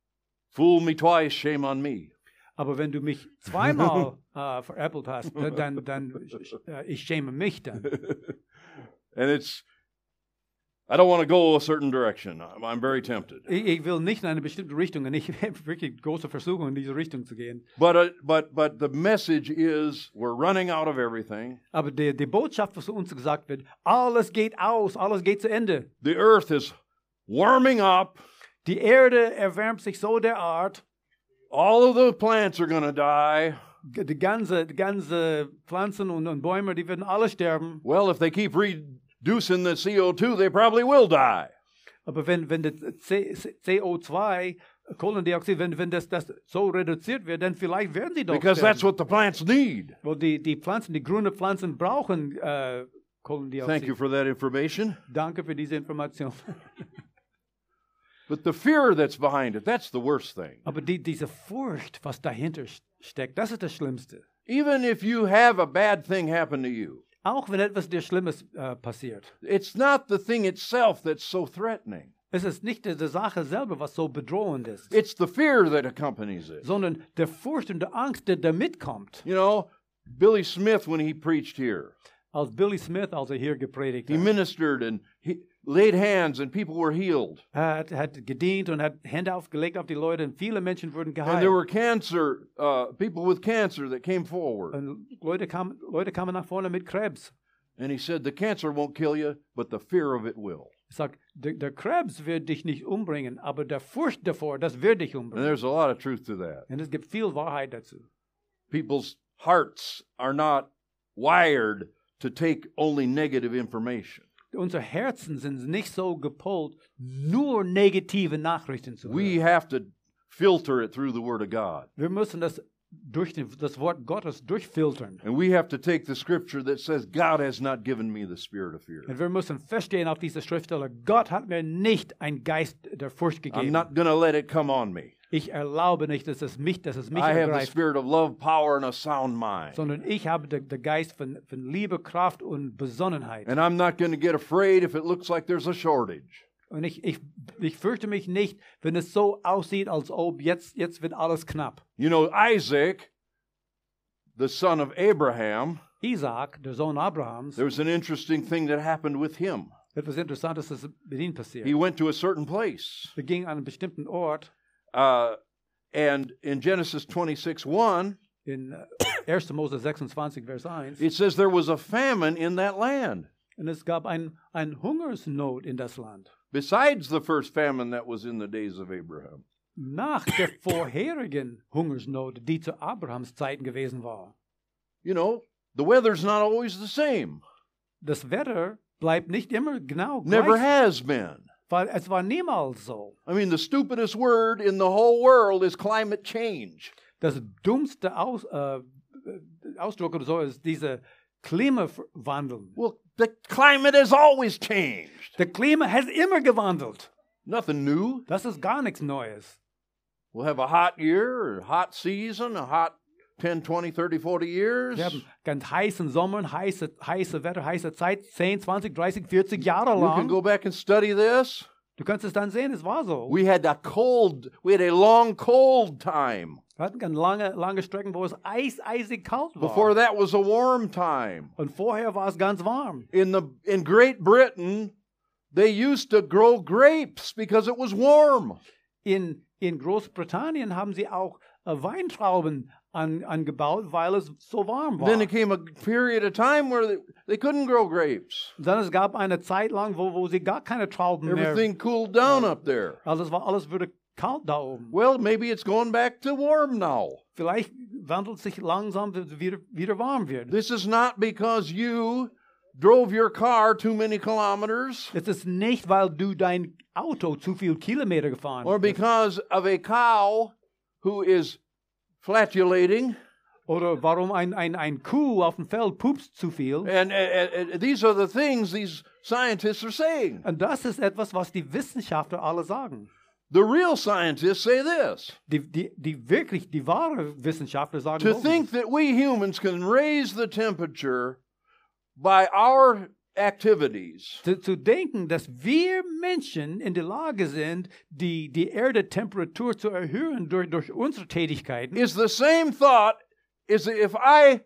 [SPEAKER 1] Fool me twice, shame on me.
[SPEAKER 2] Aber wenn du mich zweimal äh, veräppelt hast, dann, dann, dann ich, äh, ich schäme mich dann.
[SPEAKER 1] And it's, I don't want to go a certain direction. I'm, I'm very tempted.
[SPEAKER 2] Ich, ich will nicht in eine bestimmte Richtung und ich habe wirklich große Versuchung, in diese Richtung zu gehen.
[SPEAKER 1] But, uh, but, but the message is we're running out of everything.
[SPEAKER 2] Aber die, die Botschaft, was uns gesagt wird, alles geht aus, alles geht zu Ende.
[SPEAKER 1] The earth is warming up.
[SPEAKER 2] Die Erde erwärmt sich so derart,
[SPEAKER 1] All of the plants are going to die.
[SPEAKER 2] g- die ganze, die ganze Pflanzen und, und Bäume, die werden alle sterben.
[SPEAKER 1] Well, if they keep reducing the CO2, they probably will die.
[SPEAKER 2] Aber wenn, wenn das C, C, CO2, Kohlendioxid, wenn, wenn das, das so reduziert wird, dann vielleicht werden sie doch
[SPEAKER 1] Because
[SPEAKER 2] sterben.
[SPEAKER 1] that's what the plants need.
[SPEAKER 2] Weil die, die Pflanzen, die grünen Pflanzen brauchen äh, Kohlendioxid.
[SPEAKER 1] Thank you for that information.
[SPEAKER 2] Danke für diese Information.
[SPEAKER 1] But the fear that's behind it, that's the worst thing.
[SPEAKER 2] Aber die, diese Furcht, was dahinter steckt, das ist das Schlimmste.
[SPEAKER 1] Even if you have a bad thing happen to you,
[SPEAKER 2] Auch wenn etwas dir Schlimmes äh, passiert.
[SPEAKER 1] it's not the thing itself that's so threatening.
[SPEAKER 2] Es ist nicht die die Sache selber, was so bedrohend ist,
[SPEAKER 1] It's the fear that accompanies it.
[SPEAKER 2] sondern der Furcht und der Angst, der damit kommt.
[SPEAKER 1] You know, Billy Smith, when he preached here,
[SPEAKER 2] als Billy Smith, als er hier gepredigt
[SPEAKER 1] He
[SPEAKER 2] hat.
[SPEAKER 1] ministered and he laid hands, and people were healed.
[SPEAKER 2] Er hat, hat gedient und hat Hände aufgelegt auf die Leute und viele Menschen wurden
[SPEAKER 1] And there
[SPEAKER 2] geheilt.
[SPEAKER 1] were cancer, uh, people with cancer that came forward.
[SPEAKER 2] Und Leute kamen, Leute kamen nach vorne mit Krebs.
[SPEAKER 1] And he said, The cancer won't kill you, but the fear of it will.
[SPEAKER 2] Ich sag, der, der Krebs wird dich nicht umbringen, aber der Furcht davor, das wird dich
[SPEAKER 1] And
[SPEAKER 2] umbringen.
[SPEAKER 1] there's a lot of truth to that.
[SPEAKER 2] Und es gibt viel Wahrheit dazu.
[SPEAKER 1] People's hearts are not wired to take only negative information.
[SPEAKER 2] Unsere Herzen sind nicht so gepolt, nur negative Nachrichten zu
[SPEAKER 1] We
[SPEAKER 2] hören.
[SPEAKER 1] have to filter it through the Word of God.
[SPEAKER 2] Wir müssen das durch den, das Wort Gottes durchfiltern.
[SPEAKER 1] And we have to take the scripture that says, God has not given me the spirit of fear.
[SPEAKER 2] Und wir müssen verstehen auf dieser Schriftstelle, Gott hat mir nicht einen Geist der Furcht
[SPEAKER 1] I'm
[SPEAKER 2] gegeben.
[SPEAKER 1] not going to let it come on me.
[SPEAKER 2] Ich erlaube nicht, dass es mich, dass es mich
[SPEAKER 1] I have the
[SPEAKER 2] ergreift,
[SPEAKER 1] spirit of love, power, and a sound mind.
[SPEAKER 2] sondern ich habe den den Geist von, von Liebe, Kraft und Besonnenheit.
[SPEAKER 1] And I'm not going to get afraid if it looks like there's a shortage.
[SPEAKER 2] Und ich, ich, ich fürchte mich nicht, wenn es so aussieht, als ob jetzt, jetzt wird alles knapp.
[SPEAKER 1] You know, Isaac, the son of Abraham,
[SPEAKER 2] Isaac, der Sohn Abrahams,
[SPEAKER 1] there was an interesting thing that happened with him.
[SPEAKER 2] etwas Interessantes ist mit ihm passiert.
[SPEAKER 1] He went to a certain place.
[SPEAKER 2] Wir gingen an einen bestimmten Ort
[SPEAKER 1] Uh, and in Genesis 26 1,
[SPEAKER 2] in äh, 1. Mose 26, Vers 1.
[SPEAKER 1] it says there was a famine in that land,
[SPEAKER 2] Und es gab ein, ein Hungersnot in das Land.
[SPEAKER 1] besides the first famine that was in the days of Abraham.
[SPEAKER 2] Nach der vorherigen Hungersnot, die zu Abrahams Zeiten gewesen war.
[SPEAKER 1] You know, the weather's not always the same,
[SPEAKER 2] Das Wetter bleibt nicht immer genau
[SPEAKER 1] never
[SPEAKER 2] gleich,
[SPEAKER 1] has been.
[SPEAKER 2] weil es war niemals so.
[SPEAKER 1] I mean, the stupidest word in the whole world is climate change.
[SPEAKER 2] Das dummste Aus, äh, Ausdruck oder so ist dieser Klimawandel.
[SPEAKER 1] Well, the climate has always changed.
[SPEAKER 2] Der Klima hat immer gewandelt.
[SPEAKER 1] Nothing new.
[SPEAKER 2] Das ist gar nichts Neues.
[SPEAKER 1] We'll have a hot year, a hot season, a hot 10, 20, 30, 40 years.
[SPEAKER 2] Wir haben ganz heißen Sommer, heiße, heiße Wetter, heiße Zeit, 10, 20, 30, 40 Jahre
[SPEAKER 1] You can
[SPEAKER 2] lang.
[SPEAKER 1] go back and study this.
[SPEAKER 2] Du kannst es dann sehen, es war so.
[SPEAKER 1] We had a cold, we had a long cold time.
[SPEAKER 2] Wir hatten ganz lange, lange Strecken, wo es eis, eisig kalt war.
[SPEAKER 1] Before that was a warm time.
[SPEAKER 2] Und vorher war es ganz warm.
[SPEAKER 1] In the in Great Britain, they used to grow grapes because it was warm.
[SPEAKER 2] In, in Großbritannien haben sie auch äh, Weintrauben an, angebaut, weil es so warm war.
[SPEAKER 1] Then there came a period of time where they, they couldn't grow grapes.
[SPEAKER 2] Dann es gab eine Zeit lang, wo, wo sie gar keine Trauben mehr.
[SPEAKER 1] Everything cooled down up there.
[SPEAKER 2] Also es war alles wurde kalt da oben.
[SPEAKER 1] Well, maybe it's going back to warm now.
[SPEAKER 2] Vielleicht wandelt sich langsam, dass es wieder, wieder warm wird.
[SPEAKER 1] This is not because you drove your car too many kilometers
[SPEAKER 2] Es ist nicht, weil du dein Auto zu viel Kilometer gefahren
[SPEAKER 1] or
[SPEAKER 2] bist
[SPEAKER 1] because of a cow who is flatulating.
[SPEAKER 2] oder warum ein, ein, ein Kuh auf dem Feld pupst zu viel.
[SPEAKER 1] And uh, uh, uh, these are the things these scientists are saying.
[SPEAKER 2] Und das ist etwas, was die Wissenschaftler alle sagen.
[SPEAKER 1] The real scientists say this
[SPEAKER 2] Die, die, die wirklich, die wahre Wissenschaftler sagen,
[SPEAKER 1] to
[SPEAKER 2] so.
[SPEAKER 1] think that we humans can raise the temperature by our activities
[SPEAKER 2] zu, zu denken, dass wir Menschen in der Lage sind, die, die Erdetemperatur zu erhöhen durch, durch unsere Tätigkeiten,
[SPEAKER 1] is the same thought as if I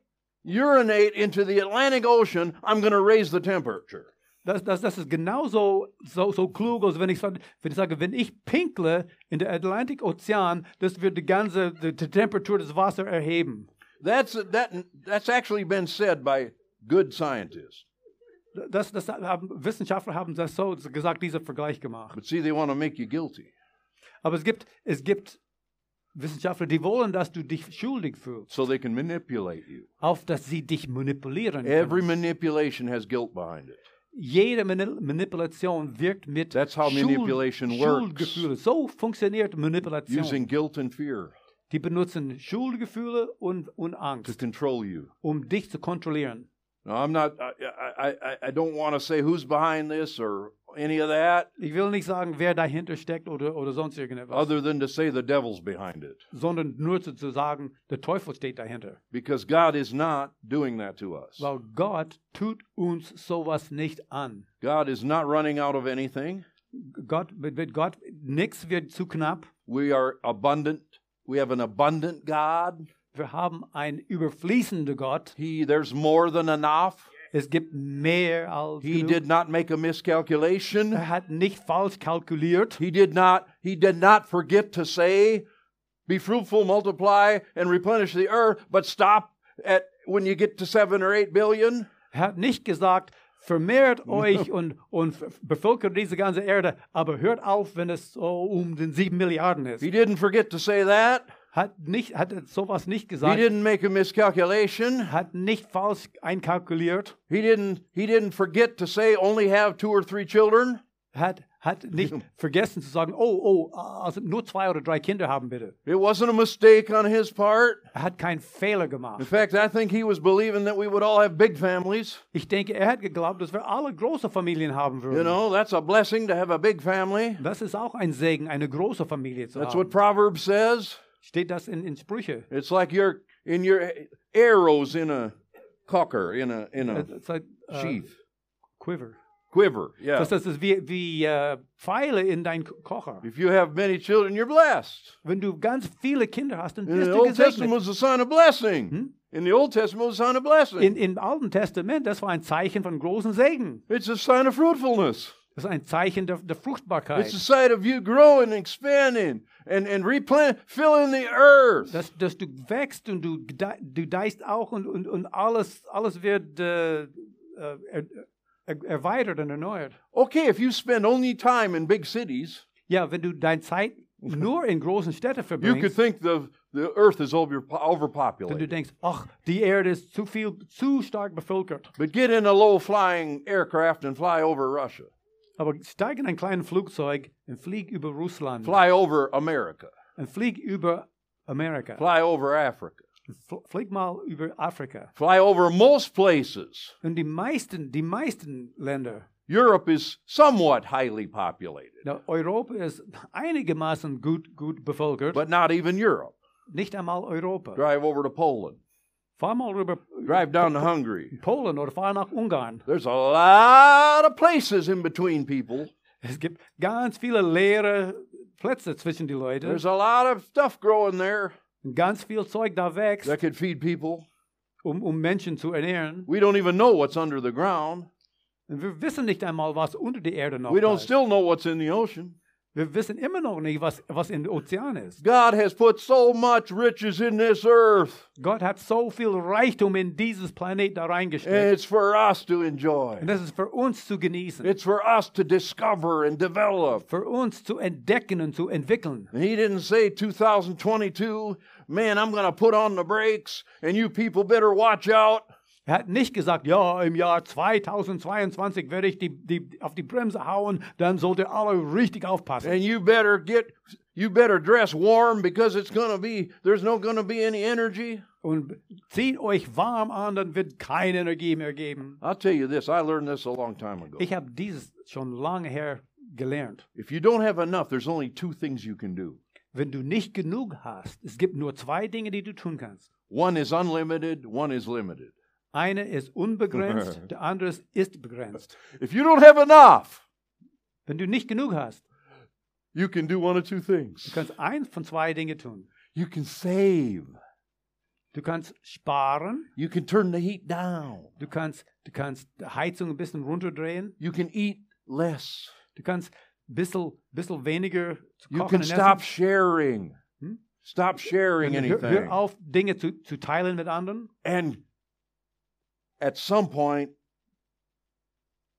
[SPEAKER 1] urinate into the Atlantic Ocean, I'm going to raise the temperature.
[SPEAKER 2] das, das, das ist genauso so, so klug, als wenn ich, sag- wenn ich sage, wenn ich pinkle in der Atlantikozean, das wird die ganze die, die Temperatur des Wassers erheben.
[SPEAKER 1] That's that. That's actually been said by good scientists.
[SPEAKER 2] Das, das haben, Wissenschaftler haben das so gesagt, dieser Vergleich gemacht.
[SPEAKER 1] But see, they want to make you guilty.
[SPEAKER 2] Aber es gibt, es gibt Wissenschaftler, die wollen, dass du dich schuldig fühlst,
[SPEAKER 1] So they can manipulate you.
[SPEAKER 2] auf dass sie dich manipulieren. können.
[SPEAKER 1] Every manipulation has guilt behind it.
[SPEAKER 2] Jede Mani- Manipulation wirkt mit
[SPEAKER 1] That's how
[SPEAKER 2] Schuld-
[SPEAKER 1] manipulation works.
[SPEAKER 2] Schuldgefühle. So funktioniert Manipulation.
[SPEAKER 1] Using guilt and fear
[SPEAKER 2] Die benutzen Schuldgefühle und, und
[SPEAKER 1] to
[SPEAKER 2] Angst,
[SPEAKER 1] control you.
[SPEAKER 2] um dich zu kontrollieren.
[SPEAKER 1] Now, I'm not. I, I, I, I don't want to say who's behind this or any of that,
[SPEAKER 2] Ich will nicht sagen, wer dahinter steckt oder, oder sonst irgendetwas,
[SPEAKER 1] other than to say the devil's behind it,
[SPEAKER 2] sondern nur zu, zu sagen, der Teufel steht dahinter.
[SPEAKER 1] because God is not doing that to us.
[SPEAKER 2] Weil Gott tut uns sowas nicht an.
[SPEAKER 1] God is not running out of anything.
[SPEAKER 2] Gott, mit, mit Gott, nichts wird zu knapp.
[SPEAKER 1] We are abundant. We have an abundant God.
[SPEAKER 2] Wir haben einen überfließenden Gott.
[SPEAKER 1] He there's more than enough.
[SPEAKER 2] Es gibt mehr als
[SPEAKER 1] He
[SPEAKER 2] genug.
[SPEAKER 1] did not make a miscalculation.
[SPEAKER 2] Er hat nicht falsch kalkuliert.
[SPEAKER 1] He did not he did not forget to say, be fruitful, multiply and replenish the earth, but stop at when you get to 7 or 8 billion.
[SPEAKER 2] Er hat nicht gesagt, vermehrt euch und, und ver- bevölkert diese ganze Erde, aber hört auf, wenn es so um den sieben Milliarden ist.
[SPEAKER 1] He didn't forget to say that.
[SPEAKER 2] Hat, nicht, hat sowas nicht
[SPEAKER 1] He
[SPEAKER 2] gesagt.
[SPEAKER 1] didn't make a miscalculation.
[SPEAKER 2] Hat nicht falsch einkalkuliert.
[SPEAKER 1] He didn't he didn't forget to say only have two or three children.
[SPEAKER 2] Hat, hat nicht vergessen zu sagen, oh, oh, also nur zwei oder drei Kinder haben bitte.
[SPEAKER 1] It wasn't a mistake on his part.
[SPEAKER 2] Er hat keinen Fehler
[SPEAKER 1] In
[SPEAKER 2] gemacht.
[SPEAKER 1] fact, I think he was believing that we would all have big families.
[SPEAKER 2] Ich denke, er hat geglaubt, dass wir alle große Familien haben
[SPEAKER 1] You
[SPEAKER 2] würden.
[SPEAKER 1] know, that's a blessing to have a big family.
[SPEAKER 2] Das ist auch ein Segen, eine große Familie zu
[SPEAKER 1] That's
[SPEAKER 2] haben.
[SPEAKER 1] what Proverbs says.
[SPEAKER 2] Steht das in, in Sprüche?
[SPEAKER 1] It's like your in your arrows in a cocker in a in
[SPEAKER 2] Äh,
[SPEAKER 1] a
[SPEAKER 2] das heißt, äh,
[SPEAKER 1] sheath
[SPEAKER 2] Quiver.
[SPEAKER 1] quiver. Yeah.
[SPEAKER 2] Das, das ist wie, wie äh, Pfeile in deinen Ko- Kocher.
[SPEAKER 1] If you have many children, you're blessed.
[SPEAKER 2] Wenn du ganz viele Kinder hast, dann
[SPEAKER 1] In
[SPEAKER 2] bist
[SPEAKER 1] the
[SPEAKER 2] du
[SPEAKER 1] Old Testament
[SPEAKER 2] gesegnet.
[SPEAKER 1] was a sign of blessing. In the Old Testament was a sign of blessing.
[SPEAKER 2] Hmm? In, Im Alten Testament, das war ein Zeichen von großem Segen.
[SPEAKER 1] it's a sign of fruitfulness.
[SPEAKER 2] Das ist ein Zeichen der, der
[SPEAKER 1] It's a
[SPEAKER 2] Fruchtbarkeit.
[SPEAKER 1] sign of you growing, and expanding, and and replant, filling the earth.
[SPEAKER 2] Dass, dass du wächst und du, gde- du deist auch und, und, und alles, alles wird äh, äh, er, er, erweitert und erneuert.
[SPEAKER 1] okay, if you spend only time in big cities,
[SPEAKER 2] Ja, wenn du deine Zeit nur in großen Städten
[SPEAKER 1] you could
[SPEAKER 2] verbringst,
[SPEAKER 1] think the the earth is over,
[SPEAKER 2] wenn du
[SPEAKER 1] overpopulated.
[SPEAKER 2] denkst, ach, die Erde ist zu viel, zu stark bevölkert.
[SPEAKER 1] But get in a low flying aircraft and fly over Russia.
[SPEAKER 2] Aber steig in ein kleines Flugzeug und flieg über Russland.
[SPEAKER 1] fly over America,
[SPEAKER 2] Und flieg über Amerika.
[SPEAKER 1] fly over Africa,
[SPEAKER 2] Fl flieg mal über Afrika.
[SPEAKER 1] fly over most places.
[SPEAKER 2] Und die meisten, die meisten Länder,
[SPEAKER 1] Europe is somewhat highly populated,
[SPEAKER 2] na, Europa ist einigermaßen gut, gut bevölkert,
[SPEAKER 1] but not even Europe.
[SPEAKER 2] nicht einmal Europa.
[SPEAKER 1] Drive over to Poland,
[SPEAKER 2] Fahr mal rüber
[SPEAKER 1] drive down to Hungary.
[SPEAKER 2] Polen oder fahr nach Ungarn.
[SPEAKER 1] There's a lot of places in between people.
[SPEAKER 2] Es gibt ganz viele leere Plätze zwischen die Leute.
[SPEAKER 1] There's a lot of stuff growing there
[SPEAKER 2] Und ganz viel Zeug da wächst,
[SPEAKER 1] that could feed people.
[SPEAKER 2] um, um Menschen zu ernähren.
[SPEAKER 1] We don't even know what's under the ground.
[SPEAKER 2] Und wir wissen nicht einmal, was unter die Erde noch
[SPEAKER 1] We
[SPEAKER 2] da
[SPEAKER 1] don't
[SPEAKER 2] ist.
[SPEAKER 1] still know what's in the ocean.
[SPEAKER 2] Wir wissen immer noch nicht, was, was im Ozean ist.
[SPEAKER 1] God has put so much riches in this earth,
[SPEAKER 2] Gott hat so viel Reichtum in dieses Planet da
[SPEAKER 1] and
[SPEAKER 2] reingesteckt.
[SPEAKER 1] it's for us to enjoy.
[SPEAKER 2] Und das ist für uns zu genießen,
[SPEAKER 1] It's for us to discover and develop.
[SPEAKER 2] für uns zu entdecken und zu entwickeln.
[SPEAKER 1] And he didn't say 2022, man, I'm going to put on the brakes and you people better watch out.
[SPEAKER 2] Er hat nicht gesagt, ja, im Jahr 2022 werde ich die, die, auf die Bremse hauen, dann sollt ihr alle richtig aufpassen.
[SPEAKER 1] And you better get you better dress warm because it's going to be there's no going to be any energy.
[SPEAKER 2] Und zieht euch warm an, dann wird keine Energie mehr geben.
[SPEAKER 1] I'll tell you this, I learned this a long time ago.
[SPEAKER 2] Ich habe dieses schon lange her gelernt.
[SPEAKER 1] If you don't have enough, there's only two things you can do.
[SPEAKER 2] Wenn du nicht genug hast, es gibt nur zwei Dinge, die du tun kannst.
[SPEAKER 1] One is unlimited, one is limited.
[SPEAKER 2] Eine ist unbegrenzt, der andere ist begrenzt.
[SPEAKER 1] If you don't have enough,
[SPEAKER 2] Wenn du nicht genug hast,
[SPEAKER 1] you can do one of two
[SPEAKER 2] Du
[SPEAKER 1] things.
[SPEAKER 2] kannst eins von zwei Dinge tun.
[SPEAKER 1] You can save.
[SPEAKER 2] Du kannst sparen,
[SPEAKER 1] You can turn the heat down.
[SPEAKER 2] du kannst, du kannst die Heizung ein bisschen runterdrehen,
[SPEAKER 1] You can eat less.
[SPEAKER 2] du kannst ein bisschen, bisschen weniger zu
[SPEAKER 1] You can
[SPEAKER 2] kochen und
[SPEAKER 1] stop
[SPEAKER 2] essen.
[SPEAKER 1] sharing.
[SPEAKER 2] Hmm?
[SPEAKER 1] Stop sharing
[SPEAKER 2] Und hör, hör
[SPEAKER 1] anything.
[SPEAKER 2] auf, Dinge zu, zu teilen mit anderen.
[SPEAKER 1] And at some point,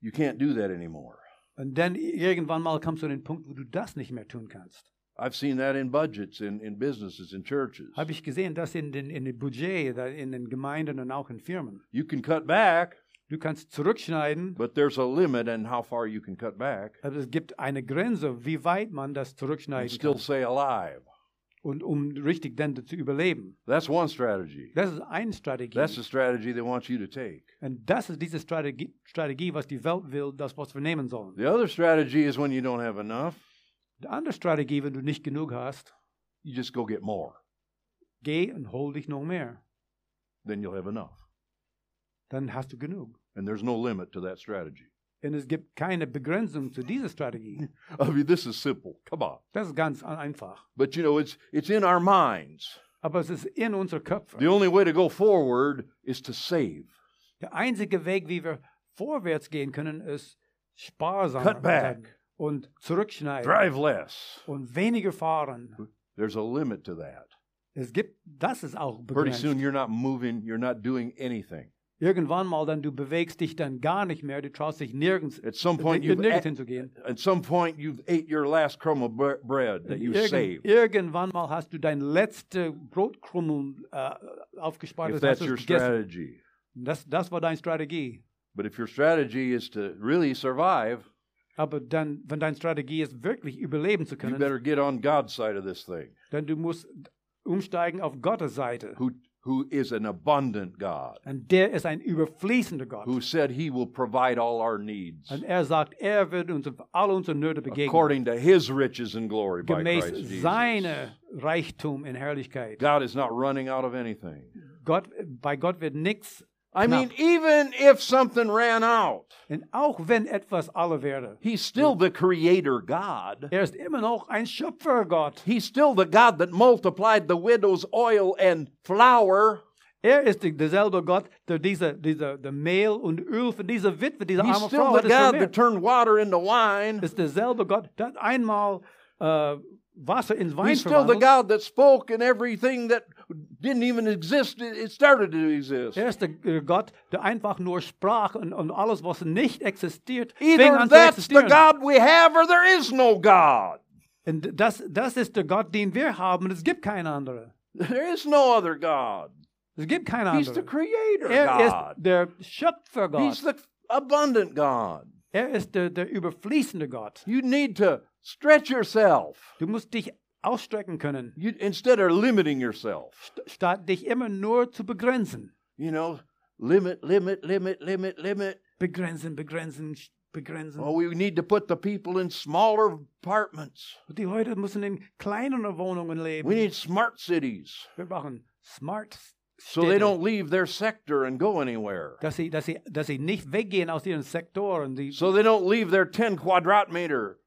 [SPEAKER 1] you can't do that anymore.
[SPEAKER 2] Und dann irgendwann mal kommst du an den Punkt, wo du das nicht mehr tun kannst.
[SPEAKER 1] I've seen that in budgets, in, in businesses, in churches.
[SPEAKER 2] Habe ich gesehen, das in den, in den Budget, da in den Gemeinden und auch in Firmen.
[SPEAKER 1] You can cut back,
[SPEAKER 2] Du kannst zurückschneiden,
[SPEAKER 1] but there's a limit on how far you can cut back
[SPEAKER 2] aber es gibt eine Grenze, wie weit man das
[SPEAKER 1] and
[SPEAKER 2] zurückschneiden
[SPEAKER 1] still
[SPEAKER 2] kann.
[SPEAKER 1] stay alive.
[SPEAKER 2] Und um richtig dann zu überleben.
[SPEAKER 1] That's one strategy.
[SPEAKER 2] Das ist eine Strategie.
[SPEAKER 1] That's the strategy they want you to take.
[SPEAKER 2] Und das ist diese Strategie, Strategie, was die Welt will, das, was wir nehmen sollen.
[SPEAKER 1] The other strategy is when you don't have enough,
[SPEAKER 2] Die andere Strategie, wenn du nicht genug hast,
[SPEAKER 1] you just go get more.
[SPEAKER 2] geh und hol dich noch mehr.
[SPEAKER 1] Then you'll have enough.
[SPEAKER 2] Dann hast du genug.
[SPEAKER 1] And there's no limit to that strategy.
[SPEAKER 2] Und es gibt keine Begrenzung zu dieser Strategie.
[SPEAKER 1] I mean, this is simple. Come on.
[SPEAKER 2] Das ist ganz ein- einfach.
[SPEAKER 1] But you know, it's it's in our minds.
[SPEAKER 2] Aber es ist in unseren
[SPEAKER 1] The
[SPEAKER 2] Köpfen.
[SPEAKER 1] only way to go forward is to save.
[SPEAKER 2] Der einzige Weg, wie wir vorwärts gehen können, ist sparsam
[SPEAKER 1] Cut back.
[SPEAKER 2] sein und zurückschneiden
[SPEAKER 1] Drive less.
[SPEAKER 2] und weniger fahren.
[SPEAKER 1] There's a limit to that.
[SPEAKER 2] Es gibt, das ist auch
[SPEAKER 1] Pretty soon
[SPEAKER 2] begrenzt.
[SPEAKER 1] you're not moving, you're not doing anything.
[SPEAKER 2] Irgendwann mal, dann du bewegst dich dann gar nicht mehr, du traust dich nirgends,
[SPEAKER 1] At some point you've
[SPEAKER 2] nirgends
[SPEAKER 1] at,
[SPEAKER 2] hinzugehen.
[SPEAKER 1] at some point you've ate your last crumb of bre- bread that you
[SPEAKER 2] Irgend-
[SPEAKER 1] saved.
[SPEAKER 2] Irgendwann mal hast du dein letzte Brotkrummel äh, aufgespart.
[SPEAKER 1] If that's
[SPEAKER 2] das hast du
[SPEAKER 1] your
[SPEAKER 2] gegessen.
[SPEAKER 1] strategy.
[SPEAKER 2] Das, das war deine Strategie.
[SPEAKER 1] But if your strategy is to really survive,
[SPEAKER 2] Aber dann, wenn deine Strategie ist, wirklich überleben zu
[SPEAKER 1] you
[SPEAKER 2] können,
[SPEAKER 1] better get on God's side of this thing,
[SPEAKER 2] dann du musst umsteigen auf Gottes Seite.
[SPEAKER 1] who who is an abundant God,
[SPEAKER 2] Und der ist ein überfließender Gott.
[SPEAKER 1] who said He will provide all our needs
[SPEAKER 2] Und er sagt, er wird uns auf alle unsere Nöte begegnen.
[SPEAKER 1] according to His riches and glory by
[SPEAKER 2] Gemäß
[SPEAKER 1] Christ Jesus.
[SPEAKER 2] seinem Reichtum in Herrlichkeit.
[SPEAKER 1] God is not running out of anything.
[SPEAKER 2] Gott, bei Gott wird nichts.
[SPEAKER 1] I
[SPEAKER 2] No.
[SPEAKER 1] mean, even if something ran out,
[SPEAKER 2] Und auch wenn etwas alle wäre,
[SPEAKER 1] He's still the Creator God.
[SPEAKER 2] er ist immer noch ein Schöpfergott.
[SPEAKER 1] He's still the God that multiplied the widow's oil and flour.
[SPEAKER 2] Er ist die- derselbe Gott, der diese, diese der Mehl und Öl für diese Witwe, diese
[SPEAKER 1] He's
[SPEAKER 2] arme
[SPEAKER 1] still
[SPEAKER 2] Frau
[SPEAKER 1] the
[SPEAKER 2] hat
[SPEAKER 1] God
[SPEAKER 2] es
[SPEAKER 1] that
[SPEAKER 2] vermehrt.
[SPEAKER 1] turned water into wine.
[SPEAKER 2] ist derselbe Gott, der hat einmal äh, Wasser ins Wein
[SPEAKER 1] He's still the
[SPEAKER 2] verwandelt.
[SPEAKER 1] God that spoke and everything that didn't even exist, it it started to exist.
[SPEAKER 2] Er ist der äh, Gott, der einfach nur sprach und, und alles, was nicht existiert, fing
[SPEAKER 1] Either
[SPEAKER 2] an zu
[SPEAKER 1] that's the
[SPEAKER 2] existieren.
[SPEAKER 1] God we have or there is no God.
[SPEAKER 2] Und das, das ist der Gott, den wir haben und es gibt keinen anderen.
[SPEAKER 1] There is no other God.
[SPEAKER 2] Es gibt keinen
[SPEAKER 1] He's the
[SPEAKER 2] anderen.
[SPEAKER 1] creator
[SPEAKER 2] Er ist
[SPEAKER 1] God.
[SPEAKER 2] der Schöpfergott.
[SPEAKER 1] He's the abundant God.
[SPEAKER 2] er ist der, der überfließende Gott.
[SPEAKER 1] You need to stretch yourself.
[SPEAKER 2] Du musst dich ausstrecken können,
[SPEAKER 1] You, instead of limiting yourself,
[SPEAKER 2] statt dich immer nur zu begrenzen.
[SPEAKER 1] you know, limit, limit, limit, limit, limit.
[SPEAKER 2] begrenzen, begrenzen, sch- begrenzen.
[SPEAKER 1] Oh, we need to put the people in smaller apartments.
[SPEAKER 2] Die Leute müssen in kleineren Wohnungen leben.
[SPEAKER 1] We need smart cities
[SPEAKER 2] Wir brauchen smart
[SPEAKER 1] so
[SPEAKER 2] Städte,
[SPEAKER 1] they don't leave their sector and go anywhere.
[SPEAKER 2] dass sie, dass sie, dass sie nicht weggehen aus ihren Sektoren, die,
[SPEAKER 1] So they don't leave their 10 quadrat meter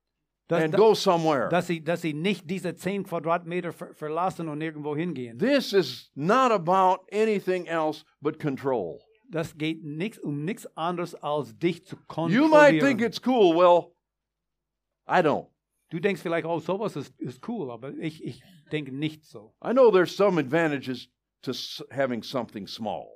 [SPEAKER 2] dass,
[SPEAKER 1] and
[SPEAKER 2] dass,
[SPEAKER 1] go somewhere.
[SPEAKER 2] dass sie, dass sie nicht diese 10 Quadratmeter ver verlassen und irgendwo hingehen.
[SPEAKER 1] This is not about anything else but control.
[SPEAKER 2] Das geht nix, um nichts anderes als dich zu
[SPEAKER 1] You might
[SPEAKER 2] kontrollieren.
[SPEAKER 1] think it's cool. Well, I don't.
[SPEAKER 2] du denkst vielleicht, oh, sowas ist, ist cool, aber ich, ich denke nicht so.
[SPEAKER 1] I know there's some advantages to s- having something small,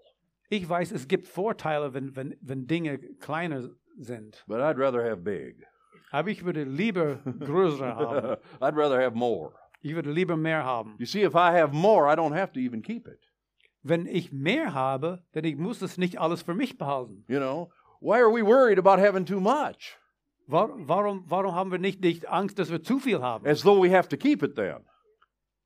[SPEAKER 2] Ich weiß, es gibt Vorteile, wenn, wenn, wenn Dinge kleiner sind.
[SPEAKER 1] but I'd rather have big.
[SPEAKER 2] Aber ich würde lieber größere haben.
[SPEAKER 1] I'd rather have more.
[SPEAKER 2] Ich würde lieber mehr haben.
[SPEAKER 1] You see, if I have more, I don't have to even keep it.
[SPEAKER 2] Wenn ich mehr habe, dann ich muss es nicht alles für mich behalten.
[SPEAKER 1] You know, why are we worried about having too much?
[SPEAKER 2] Wa- Warum, warum haben wir nicht, nicht Angst, dass wir zu viel haben,
[SPEAKER 1] As though we have to keep it then.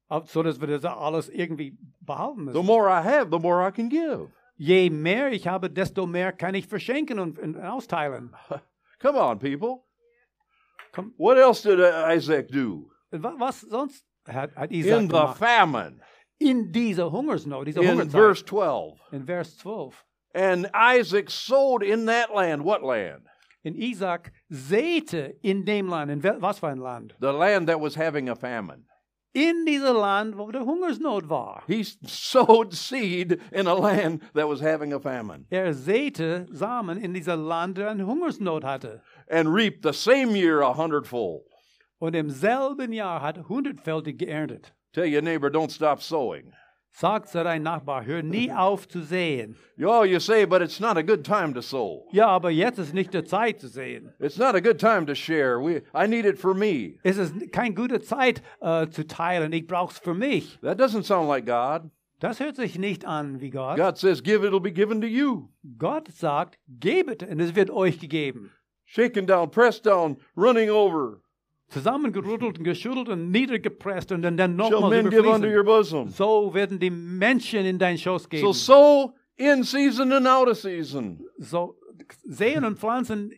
[SPEAKER 2] Ab- so dass wir das alles irgendwie behalten
[SPEAKER 1] The
[SPEAKER 2] müssen?
[SPEAKER 1] more I have, the more I can give.
[SPEAKER 2] Je mehr ich habe, desto mehr kann ich verschenken und, und austeilen.
[SPEAKER 1] Come on, people.
[SPEAKER 2] Komm,
[SPEAKER 1] What else did uh, Isaac do?
[SPEAKER 2] wa- was sonst hat, hat Isaac
[SPEAKER 1] In the
[SPEAKER 2] gemacht?
[SPEAKER 1] famine,
[SPEAKER 2] In dieser Hungersnot, dieser
[SPEAKER 1] in verse
[SPEAKER 2] Hungerzeit,
[SPEAKER 1] 12.
[SPEAKER 2] in Vers 12.
[SPEAKER 1] And Isaac sowed in that land. What land?
[SPEAKER 2] In Isaac säte in dem Land, in wel- was für ein Land?
[SPEAKER 1] The land that was having a famine.
[SPEAKER 2] In diesem Land, wo der Hungersnot war.
[SPEAKER 1] He s- sowed seed in a land that was having a famine
[SPEAKER 2] Er säte Samen in dieser Land, der eine Hungersnot hatte.
[SPEAKER 1] and reaped the same year a hundredfold.
[SPEAKER 2] Und im selben Jahr hat er hundertfältig geerntet.
[SPEAKER 1] Tell your neighbor, don't stop sowing.
[SPEAKER 2] Sagt zu deinem Nachbar, hör nie auf zu säen.
[SPEAKER 1] You all you say, but it's not a good time to sow.
[SPEAKER 2] Ja, aber jetzt ist nicht die Zeit zu säen.
[SPEAKER 1] It's not a good time to share. We, I need it for me.
[SPEAKER 2] Es ist keine gute Zeit äh, zu teilen. Ich brauche es für mich.
[SPEAKER 1] That doesn't sound like God.
[SPEAKER 2] Das hört sich nicht an wie Gott.
[SPEAKER 1] God says, give, it'll be given to you.
[SPEAKER 2] Gott sagt, gebet und es wird euch gegeben.
[SPEAKER 1] Shaken down, pressed down, running over.
[SPEAKER 2] Zusammengerüttelt und geschüttelt und niedergepresst und dann, dann
[SPEAKER 1] Shall
[SPEAKER 2] nochmal
[SPEAKER 1] men give unto your
[SPEAKER 2] überfließen.
[SPEAKER 1] bosom?
[SPEAKER 2] So werden die Menschen in deinen Schoß geben.
[SPEAKER 1] So sow in season and out of season.
[SPEAKER 2] so säen und pflanzen